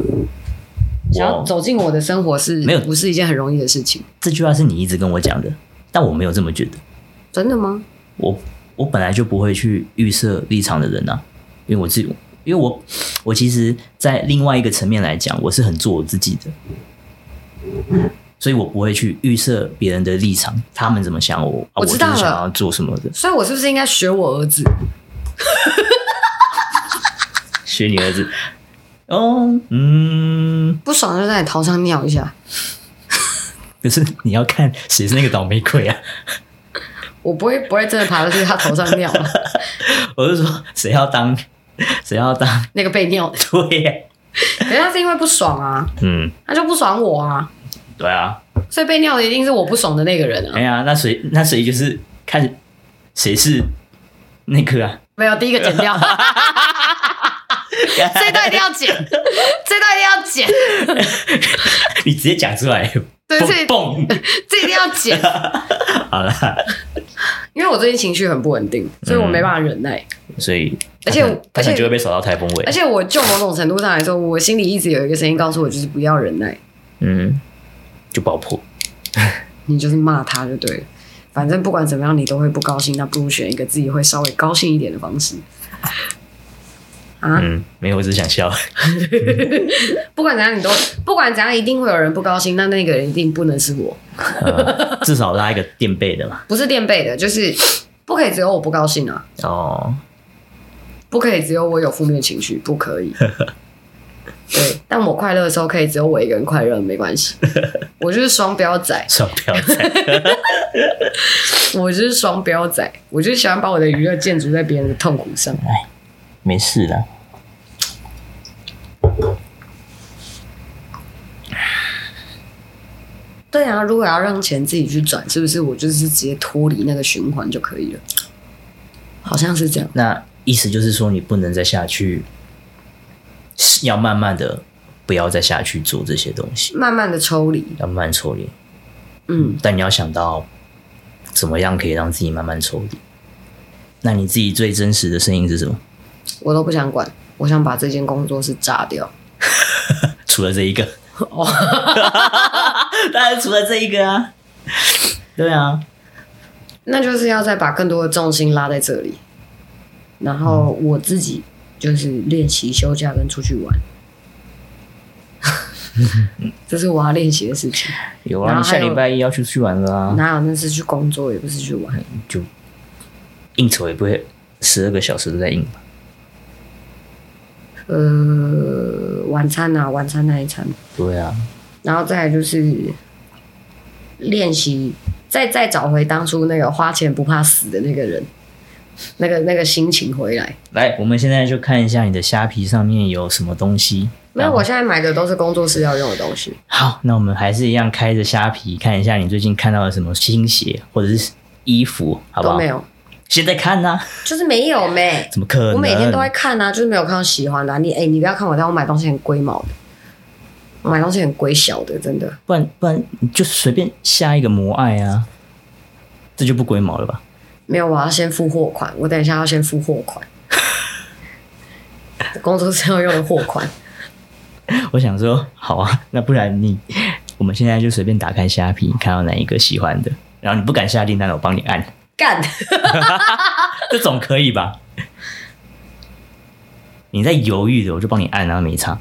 [SPEAKER 2] 想要走进我的生活是
[SPEAKER 1] 没有
[SPEAKER 2] 不是一件很容易的事情？
[SPEAKER 1] 这句话是你一直跟我讲的，但我没有这么觉得。
[SPEAKER 2] 真的吗？
[SPEAKER 1] 我我本来就不会去预设立场的人啊，因为我自己，因为我我其实，在另外一个层面来讲，我是很做我自己的，所以我不会去预设别人的立场，他们怎么想我，啊
[SPEAKER 2] 我知道
[SPEAKER 1] 就是想
[SPEAKER 2] 了
[SPEAKER 1] 要做什么的，
[SPEAKER 2] 所以我是不是应该学我儿子？
[SPEAKER 1] 学你儿子。哦，嗯，
[SPEAKER 2] 不爽就在你头上尿一下。
[SPEAKER 1] 可是你要看谁是那个倒霉鬼啊！
[SPEAKER 2] 我不会不会真的爬到去他头上尿啊 了，
[SPEAKER 1] 我是说，谁要当，谁要当
[SPEAKER 2] 那个被尿的。
[SPEAKER 1] 对啊呀、
[SPEAKER 2] 可是他是因为不爽啊，
[SPEAKER 1] 嗯，
[SPEAKER 2] 他就不爽我啊，
[SPEAKER 1] 对啊，
[SPEAKER 2] 所以被尿的一定是我不爽的那个人
[SPEAKER 1] 哎
[SPEAKER 2] 啊。
[SPEAKER 1] 呀，那谁那谁就是看谁是那个啊，
[SPEAKER 2] 没有，第一个剪掉， 这段一定要剪，这段一定要剪，
[SPEAKER 1] 你直接讲出来，
[SPEAKER 2] 对，这
[SPEAKER 1] 蹦蹦，
[SPEAKER 2] 这一定要剪，
[SPEAKER 1] 好了，
[SPEAKER 2] 因为我最近情绪很不稳定，所以我没办法忍耐。
[SPEAKER 1] 所以
[SPEAKER 2] 而
[SPEAKER 1] 他
[SPEAKER 2] 且
[SPEAKER 1] 可能他
[SPEAKER 2] 而
[SPEAKER 1] 可
[SPEAKER 2] 且
[SPEAKER 1] 能就会被扫到台风尾啊
[SPEAKER 2] 而，且我就某种程度上来说，我心里一直有一个声音告诉我，就是不要忍耐，
[SPEAKER 1] 嗯，就爆破，
[SPEAKER 2] 你就是骂他就对了。反正不管怎么样，你都会不高兴，那不如选一个自己会稍微高兴一点的方式。啊，
[SPEAKER 1] 嗯，没有，我只是想笑，
[SPEAKER 2] 不管怎样，你都不管怎样，一定会有人不高兴，那那个人一定不能是我，
[SPEAKER 1] 呃 至少拉一个垫背的嘛，
[SPEAKER 2] 不是垫背的，就是不可以只有我不高兴啊，
[SPEAKER 1] 哦，
[SPEAKER 2] 不可以只有我有负面情绪，不可以。对，但我快乐的时候可以只有我一个人快乐，没关系。我就是双标仔，
[SPEAKER 1] 双标仔，
[SPEAKER 2] 我就是双标仔，我就是喜欢把我的娱乐建筑在别人的痛苦上。
[SPEAKER 1] 没事啦。
[SPEAKER 2] 对啊，如果要让钱自己去转，是不是我就是直接脱离那个循环就可以了？好像是这样。
[SPEAKER 1] 那意思就是说，你不能再下去，是要慢慢的，不要再下去做这些东西，
[SPEAKER 2] 慢慢的抽离，
[SPEAKER 1] 要慢慢抽离。
[SPEAKER 2] 嗯，
[SPEAKER 1] 但你要想到，怎么样可以让自己慢慢抽离。那你自己最真实的声音是什么？
[SPEAKER 2] 我都不想管，我想把这间工作室炸掉。
[SPEAKER 1] 除了这一个，
[SPEAKER 2] 哦
[SPEAKER 1] 当然除了这一个啊，对啊，
[SPEAKER 2] 那就是要再把更多的重心拉在这里，然后我自己就是练习休假跟出去玩，这是我要练习的事情。
[SPEAKER 1] 有
[SPEAKER 2] 然
[SPEAKER 1] 啊，
[SPEAKER 2] 后
[SPEAKER 1] 你下
[SPEAKER 2] 还有
[SPEAKER 1] 礼拜一要去去玩了啊，
[SPEAKER 2] 哪有那是去工作，也不是去玩。
[SPEAKER 1] 就应酬也不会十二个小时都在应吧？
[SPEAKER 2] 呃，晚餐啊，晚餐那一餐，
[SPEAKER 1] 对啊，
[SPEAKER 2] 然后再来就是练习，再再找回当初那个花钱不怕死的那个人，那个那个心情回来。
[SPEAKER 1] 来，我们现在就看一下你的虾皮上面有什么东西。
[SPEAKER 2] 没有，我现在买的都是工作室要用的东西。
[SPEAKER 1] 好，那我们还是一样开着虾皮看一下你最近看到了什么新鞋或者是衣服，好不
[SPEAKER 2] 都
[SPEAKER 1] 好
[SPEAKER 2] 没？有，
[SPEAKER 1] 现在看呐、
[SPEAKER 2] 就是没有没。
[SPEAKER 1] 怎么可能？
[SPEAKER 2] 我每天都在看啊，就是没有看到喜欢的啊、你哎、你不要看我，但我买东西很龟毛的，我买东西很龟小的，真的。
[SPEAKER 1] 不然不然你就随便下一个摩爱啊，这就不龟毛了吧？
[SPEAKER 2] 没有，我要先付货款，我等一下要先付货款。 工作室要用的货款，
[SPEAKER 1] 我想说，好啊，那不然你我们现在就随便打开虾皮，看到哪一个喜欢的，然后你不敢下订单，我帮你按，
[SPEAKER 2] 干！
[SPEAKER 1] 这总可以吧？ 你在犹豫的，我就帮你按，然后没差。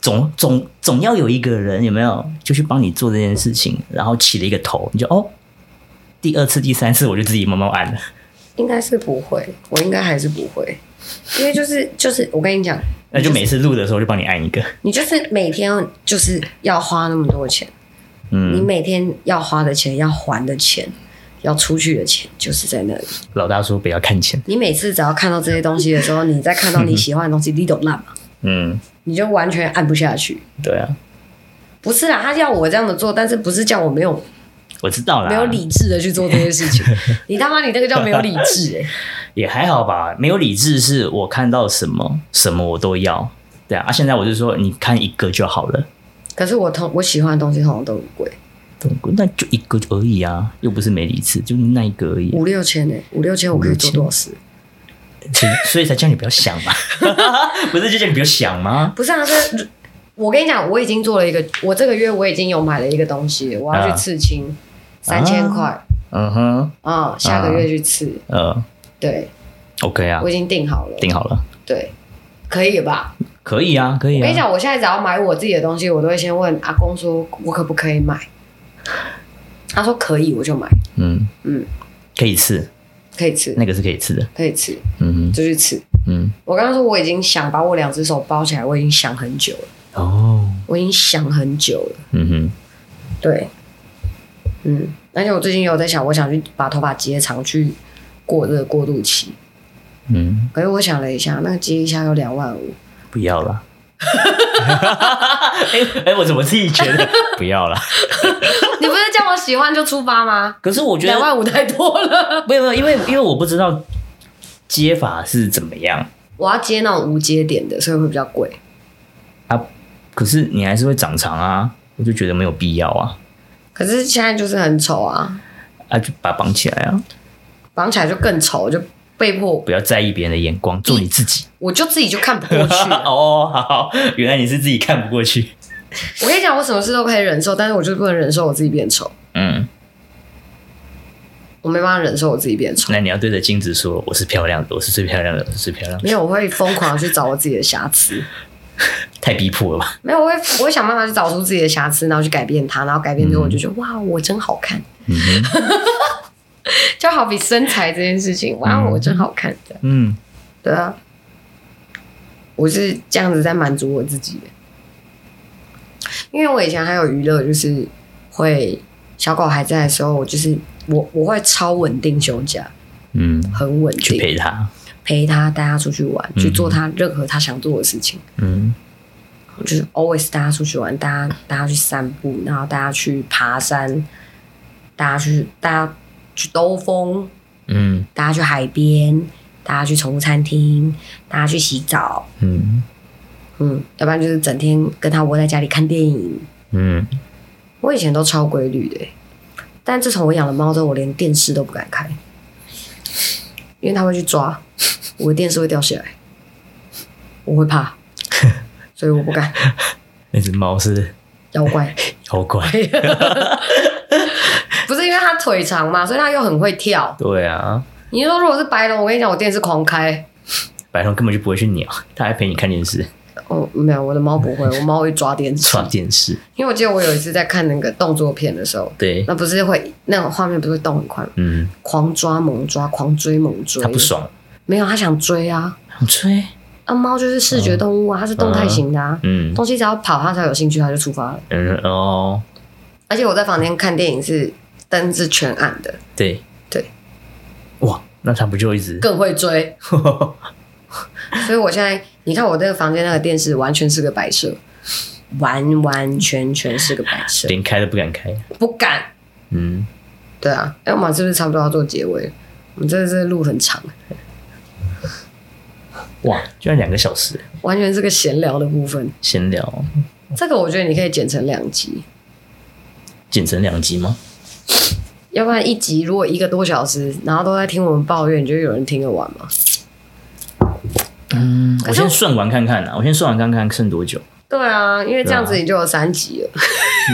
[SPEAKER 1] 总总总要有一个人有没有就去帮你做这件事情，然后起了一个头，你就哦，第二次、第三次我就自己慢慢按了。
[SPEAKER 2] 应该是不会，我应该还是不会，因为就是就是，我跟你讲，
[SPEAKER 1] 那就每次录的时候就帮你按一个，
[SPEAKER 2] 你就是每天就是要花那么多钱，你
[SPEAKER 1] 嗯，
[SPEAKER 2] 每天要花的钱、要还的钱、要出去的钱，就是在那里。
[SPEAKER 1] 老大说不要看钱，
[SPEAKER 2] 你每次只要看到这些东西的时候，你再看到你喜欢的东西，你懂烂吗？
[SPEAKER 1] 嗯，
[SPEAKER 2] 你就完全按不下去。
[SPEAKER 1] 对啊，
[SPEAKER 2] 不是啦，他叫我这样的做，但是不是叫我没有
[SPEAKER 1] 我知道啦，
[SPEAKER 2] 没有理智的去做这些事情？你他妈，你那个叫没有理智哎、
[SPEAKER 1] 也还好吧，没有理智是我看到什么什么我都要，对啊，啊现在我就说你看一个就好了，
[SPEAKER 2] 可是我通我喜欢的东西通常都很贵，
[SPEAKER 1] 那就一个而已啊，又不是没理智，就那一个而已，
[SPEAKER 2] 五六千哎、五六千我可以做多少事？
[SPEAKER 1] 所以所以才叫你不要想嘛， 不是就叫你不要想吗？
[SPEAKER 2] 不是啊， 这我跟你讲，我已经做了一个，我这个月我已经有买了一个东西，我
[SPEAKER 1] 啊
[SPEAKER 2] 要去刺青，三千块
[SPEAKER 1] 嗯哼，
[SPEAKER 2] 啊，下个月去刺，
[SPEAKER 1] 呃
[SPEAKER 2] 对
[SPEAKER 1] ，OK 啊
[SPEAKER 2] 我，已经定好了，
[SPEAKER 1] 定好了，
[SPEAKER 2] 对，可以了吧？
[SPEAKER 1] 可以啊，可以
[SPEAKER 2] 我跟你
[SPEAKER 1] 啊，
[SPEAKER 2] 讲，我现在只要买我自己的东西，我都会先问阿公说，我可不可以买？他说可以，我就买，
[SPEAKER 1] 嗯
[SPEAKER 2] 嗯
[SPEAKER 1] 嗯，可以吃，
[SPEAKER 2] 可以吃，
[SPEAKER 1] 那个是可以吃的，
[SPEAKER 2] 可以吃，
[SPEAKER 1] 嗯哼
[SPEAKER 2] 就去吃。
[SPEAKER 1] 嗯，
[SPEAKER 2] 我刚刚说我已经想把我两只手包起来，我已经想很久了，
[SPEAKER 1] 哦，
[SPEAKER 2] 我已经想很久了。
[SPEAKER 1] 嗯哼，
[SPEAKER 2] 对，嗯，而且我最近有在想，我想去把头发接长，去过这个过渡期。
[SPEAKER 1] 嗯，
[SPEAKER 2] 可是我想了一下，那个接一下要两万五，
[SPEAKER 1] 不要了。 哎哎、我怎么自己觉得 不要了？
[SPEAKER 2] 你不是叫我喜欢就出发吗？
[SPEAKER 1] 可是我觉
[SPEAKER 2] 两
[SPEAKER 1] 得
[SPEAKER 2] 万五太多了。
[SPEAKER 1] 没有没有，因为因为我不知道接法是怎么样？
[SPEAKER 2] 我要接那种无接点的，所以会比较贵。
[SPEAKER 1] 可是你还是会长长啊，我就觉得没有必要啊，
[SPEAKER 2] 可是现在就是很丑啊，
[SPEAKER 1] 啊就把它绑起来啊，
[SPEAKER 2] 绑起来就更丑，就被迫，
[SPEAKER 1] 不要在意别人的眼光，做你自己。
[SPEAKER 2] 我就自己就看不过去 了。
[SPEAKER 1] 哦，好好，原来你是自己看不过去。
[SPEAKER 2] 我跟你讲，我什么事都可以忍受，但是我就不能忍受我自己变丑，
[SPEAKER 1] 嗯，
[SPEAKER 2] 我没办法忍受我自己变丑。
[SPEAKER 1] 那你要对着镜子说：“我是漂亮的，我是最漂亮的，我是最漂亮的。
[SPEAKER 2] 没有，我会疯狂地去找我自己的瑕疵。”
[SPEAKER 1] 太逼迫了吧？
[SPEAKER 2] 没有，我会我会想办法去找出自己的瑕疵，然后去改变它，然后改变之后我就觉得、哇，我真好看。
[SPEAKER 1] 嗯哼
[SPEAKER 2] 就好比身材这件事情，哇，
[SPEAKER 1] 嗯
[SPEAKER 2] 我真好看的。
[SPEAKER 1] 嗯，
[SPEAKER 2] 对啊，我是这样子在满足我自己的。因为我以前还有娱乐，就是会小狗还在的时候，我就是我我会超稳定休假，
[SPEAKER 1] 嗯，
[SPEAKER 2] 很稳
[SPEAKER 1] 去
[SPEAKER 2] 定，
[SPEAKER 1] 陪他。
[SPEAKER 2] 陪它带它出去玩，
[SPEAKER 1] 嗯
[SPEAKER 2] 去做它任何它想做的事情。
[SPEAKER 1] 嗯
[SPEAKER 2] 我就是 always 带它出去玩，带它带它去散步，然后带它去爬山，带它去带它去兜风，
[SPEAKER 1] 嗯
[SPEAKER 2] 大家去海边，大家去宠物餐厅，大家去洗澡，
[SPEAKER 1] 嗯
[SPEAKER 2] 嗯，要不然就是整天跟他窝在家里看电影。
[SPEAKER 1] 嗯，
[SPEAKER 2] 我以前都超规律的欸、但自从我养了猫之后，我连电视都不敢开，因为它会去抓，我的电视会掉下来，我会怕，所以我不敢。
[SPEAKER 1] 那只猫是
[SPEAKER 2] 妖怪
[SPEAKER 1] 妖 怪。
[SPEAKER 2] 不是因为它腿长嘛，所以它又很会跳。
[SPEAKER 1] 对啊，
[SPEAKER 2] 你说如果是白龙，我跟你讲，我电视狂开。
[SPEAKER 1] 白龙根本就不会去鸟，它还陪你看电视、
[SPEAKER 2] 哦，没有，我的猫不会，我猫会抓电视
[SPEAKER 1] 刷。电视。
[SPEAKER 2] 因为我记得我有一次在看那个动作片的时候，
[SPEAKER 1] 对，
[SPEAKER 2] 那不是会那种画面不是会动很快吗？
[SPEAKER 1] 嗯，
[SPEAKER 2] 狂抓猛抓，狂追猛追。
[SPEAKER 1] 它不爽，
[SPEAKER 2] 没有，它想追啊！
[SPEAKER 1] 想追。
[SPEAKER 2] 啊，猫就是视觉动物啊，它是动态型的啊，
[SPEAKER 1] 嗯
[SPEAKER 2] 东西只要跑它才有兴趣，它就出发了。
[SPEAKER 1] 嗯哦，
[SPEAKER 2] 而且我在房间看电影是灯是全暗的，
[SPEAKER 1] 对
[SPEAKER 2] 对，
[SPEAKER 1] 哇，那它不就一直？
[SPEAKER 2] 更会追。所以我现在你看我那个房间那个电视完全是个摆设，完完全全是个摆 设，
[SPEAKER 1] 连开都不敢开。
[SPEAKER 2] 不敢。
[SPEAKER 1] 嗯，
[SPEAKER 2] 对啊，哎、我们是不是差不多要做结尾了？我们真的是路很长，
[SPEAKER 1] 哇，居然两个小时
[SPEAKER 2] 完全是个闲聊的部分。
[SPEAKER 1] 闲聊，
[SPEAKER 2] 这个我觉得你可以剪成两集，
[SPEAKER 1] 剪成两集吗？
[SPEAKER 2] 要不然一集如果一个多小时，然后都在听我们抱怨，你觉得有人听得完吗？
[SPEAKER 1] 嗯，
[SPEAKER 2] 可
[SPEAKER 1] 我
[SPEAKER 2] 是
[SPEAKER 1] 先算完看看啊，我先算完看看剩多久。
[SPEAKER 2] 对啊，因为这样子
[SPEAKER 1] 对
[SPEAKER 2] 你就有三集了。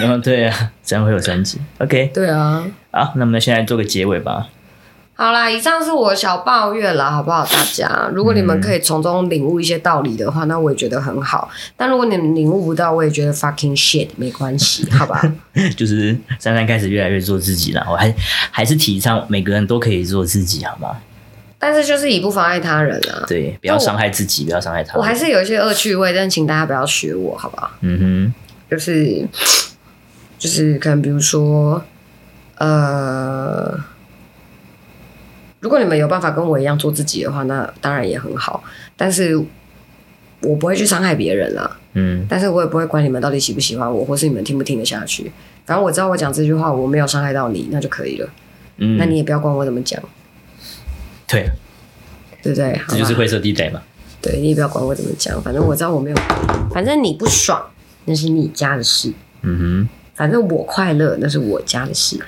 [SPEAKER 1] 嗯、对啊，这样会有三集。OK，
[SPEAKER 2] 对啊，
[SPEAKER 1] 好，那我们现在做个结尾吧。
[SPEAKER 2] 好啦，以上是我的小抱怨啦，好不好？大家，如果你们可以从中领悟一些道理的话，那我也觉得很好。但如果你们领悟不到，我也觉得 fucking shit 没关系，好吧？
[SPEAKER 1] 就是珊珊开始越来越做自己了，我还还是提倡每个人都可以做自己，好吗？
[SPEAKER 2] 但是就是以不妨碍他人啊。
[SPEAKER 1] 对，不要伤害自己，不要伤害他人。
[SPEAKER 2] 我还是有一些恶趣味，但请大家不要学我，好不好？
[SPEAKER 1] 嗯
[SPEAKER 2] 就是就是可能比如说，呃，如果你们有办法跟我一样做自己的话，那当然也很好。但是我不会去伤害别人啊，
[SPEAKER 1] 哼，嗯
[SPEAKER 2] 但是我也不会管你们到底喜不喜欢我，或是你们听不听得下去。反正我知道我讲这句话我没有伤害到你，那就可以了。
[SPEAKER 1] 嗯，
[SPEAKER 2] 那你也不要管我怎么讲，
[SPEAKER 1] 对，
[SPEAKER 2] 对不对？好吧
[SPEAKER 1] 这就是灰色地带嘛。
[SPEAKER 2] 对你也不要管我怎么讲，反正我知道我没有，反正你不爽那是你家的事。
[SPEAKER 1] 嗯
[SPEAKER 2] 反正我快乐那是我家 的事，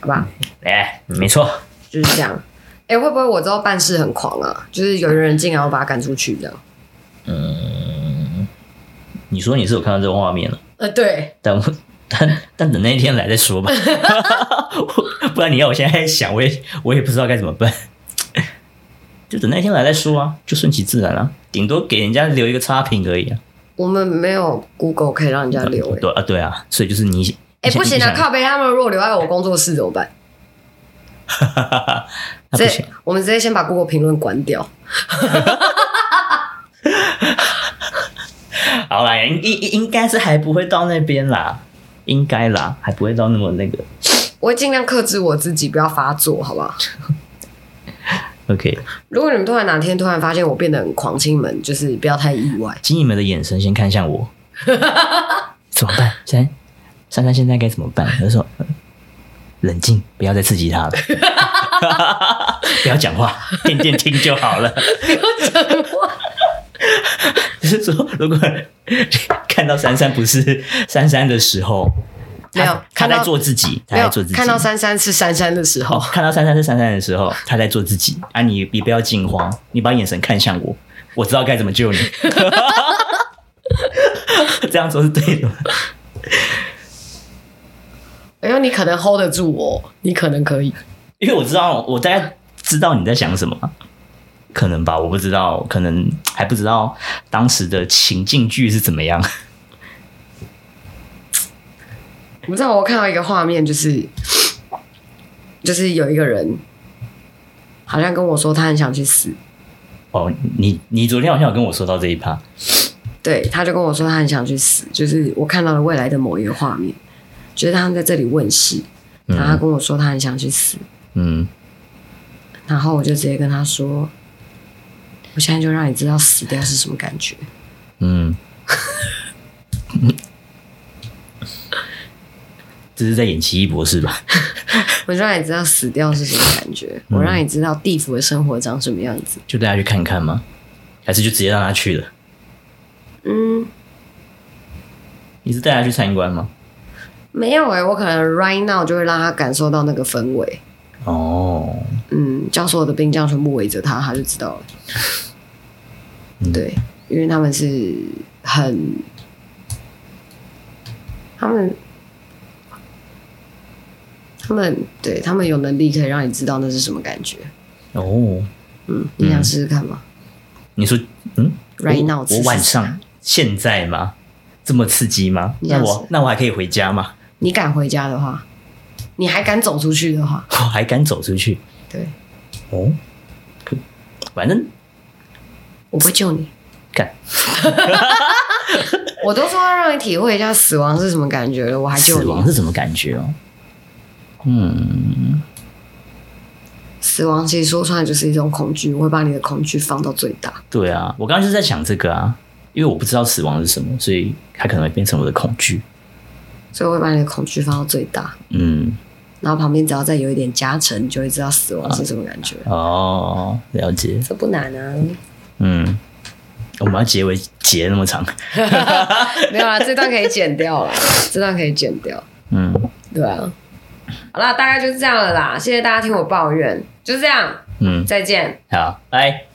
[SPEAKER 2] 好吧，
[SPEAKER 1] 哼，哎，没错，
[SPEAKER 2] 就是这样。哎、会不会我之后办事很狂啊？就是有人进来，我把他赶出去这样。
[SPEAKER 1] 你说你是有看到这个画面了，
[SPEAKER 2] 呃，对，
[SPEAKER 1] 但我但但等那一天来再说吧， 我不然你要我现在想，我也我也不知道该怎么办。就等那一天来再说啊，就顺其自然啊，顶多给人家留一个差评而已啊。
[SPEAKER 2] 我们没有 Google 可以让人家留、欸。
[SPEAKER 1] 对啊，对啊，所以就是你，
[SPEAKER 2] 哎、
[SPEAKER 1] 你想
[SPEAKER 2] 不行
[SPEAKER 1] 你
[SPEAKER 2] 啊，
[SPEAKER 1] 想
[SPEAKER 2] 靠背他们如果留在我工作室怎么办？
[SPEAKER 1] 那不
[SPEAKER 2] 直接
[SPEAKER 1] 行，
[SPEAKER 2] 我们直接先把 Google 评论关掉。
[SPEAKER 1] 好啦，应应应该是还不会到那边啦，应该啦，还不会到那么那个。
[SPEAKER 2] 我会尽量克制我自己，不要发作，好不好？
[SPEAKER 1] OK，
[SPEAKER 2] 如果你们突然哪天突然发现我变得很狂，亲们就是不要太意外。
[SPEAKER 1] 请你们的眼神先看向我， 怎么办？珊呃珊珊现在该怎么办？我就说嗯冷静，不要再刺激他了。 不要讲话，天天听就好了。就是说，如果看到珊珊不是珊珊的时候，
[SPEAKER 2] 没有
[SPEAKER 1] 她她
[SPEAKER 2] 看到
[SPEAKER 1] 在做自己，她
[SPEAKER 2] 没
[SPEAKER 1] 在
[SPEAKER 2] 有
[SPEAKER 1] 做自己。
[SPEAKER 2] 看到珊珊是珊珊的时候
[SPEAKER 1] 哦，，看到珊珊是珊珊的时候，她在做自己啊你！你不要惊慌，你把眼神看向我，我知道该怎么救你。 这样做是对的吗，
[SPEAKER 2] 哎呦，你可能 hold 得住我，你可能可以。
[SPEAKER 1] 因为我知道，我大概知道你在想什么，可能吧，我不知道，可能还不知道当时的情境剧是怎么样。
[SPEAKER 2] 你知道我看到一个画面，就是就是有一个人好像跟我说他很想去死，
[SPEAKER 1] 哦，你你昨天好像有跟我说到这一趴，
[SPEAKER 2] 对，他就跟我说他很想去死，就是我看到了未来的某一个画面，就是他们在这里问世，然后他跟我说他很想去死，
[SPEAKER 1] 嗯，
[SPEAKER 2] 然后我就直接跟他说，我现在就让你知道死掉是什么感觉。
[SPEAKER 1] 嗯，这是在演《奇异博士》吧？
[SPEAKER 2] 我就让你知道死掉是什么感觉，我让你知道地府的生活长什么样子。
[SPEAKER 1] 就带他去看看吗？还是就直接让他去了？
[SPEAKER 2] 嗯，
[SPEAKER 1] 你是带他去参观吗？
[SPEAKER 2] 没有欸诶、我可能 right now 就会让他感受到那个氛围。
[SPEAKER 1] 哦，
[SPEAKER 2] 嗯，将所有的兵将全部围着他，他就知道了。
[SPEAKER 1] 嗯
[SPEAKER 2] 对，因为他们是很，他们，他们对他们有能力可以让你知道那是什么感觉。
[SPEAKER 1] 哦，
[SPEAKER 2] 嗯，你想试试看吗？
[SPEAKER 1] 你说，嗯
[SPEAKER 2] Right
[SPEAKER 1] 我
[SPEAKER 2] now，此
[SPEAKER 1] 我
[SPEAKER 2] 时
[SPEAKER 1] 晚上现在吗？这么刺激吗？
[SPEAKER 2] 你
[SPEAKER 1] 那
[SPEAKER 2] 想
[SPEAKER 1] 我
[SPEAKER 2] 是
[SPEAKER 1] 那我还可以回家吗？
[SPEAKER 2] 你敢回家的话，你还敢走出去的话，
[SPEAKER 1] 我还敢走出去？
[SPEAKER 2] 对
[SPEAKER 1] 哦，可反正
[SPEAKER 2] 我不救你。
[SPEAKER 1] 干
[SPEAKER 2] 我都说要让你体会一下死亡是什么感觉了，我还救
[SPEAKER 1] 死
[SPEAKER 2] 你。
[SPEAKER 1] 亡是什么感觉哦？嗯，
[SPEAKER 2] 死亡其实说穿了就是一种恐惧，我会把你的恐惧放到最大。
[SPEAKER 1] 对啊，我刚刚就是在想这个啊，因为我不知道死亡是什么，所以它可能会变成我的恐惧。
[SPEAKER 2] 所以我会把你的恐惧放到最大，
[SPEAKER 1] 嗯，
[SPEAKER 2] 然后旁边只要再有一点加成，你就会知道死亡是什么感觉。
[SPEAKER 1] 哦，了解。
[SPEAKER 2] 这不难啊，
[SPEAKER 1] 嗯，我们要结尾结那么长。
[SPEAKER 2] 没有啦，啊这段可以剪掉啦，这段可以剪掉，
[SPEAKER 1] 嗯，
[SPEAKER 2] 对啊。好啦，大概就是这样了啦，谢谢大家听我抱怨，就这样，
[SPEAKER 1] 嗯，
[SPEAKER 2] 再见。
[SPEAKER 1] 好，拜。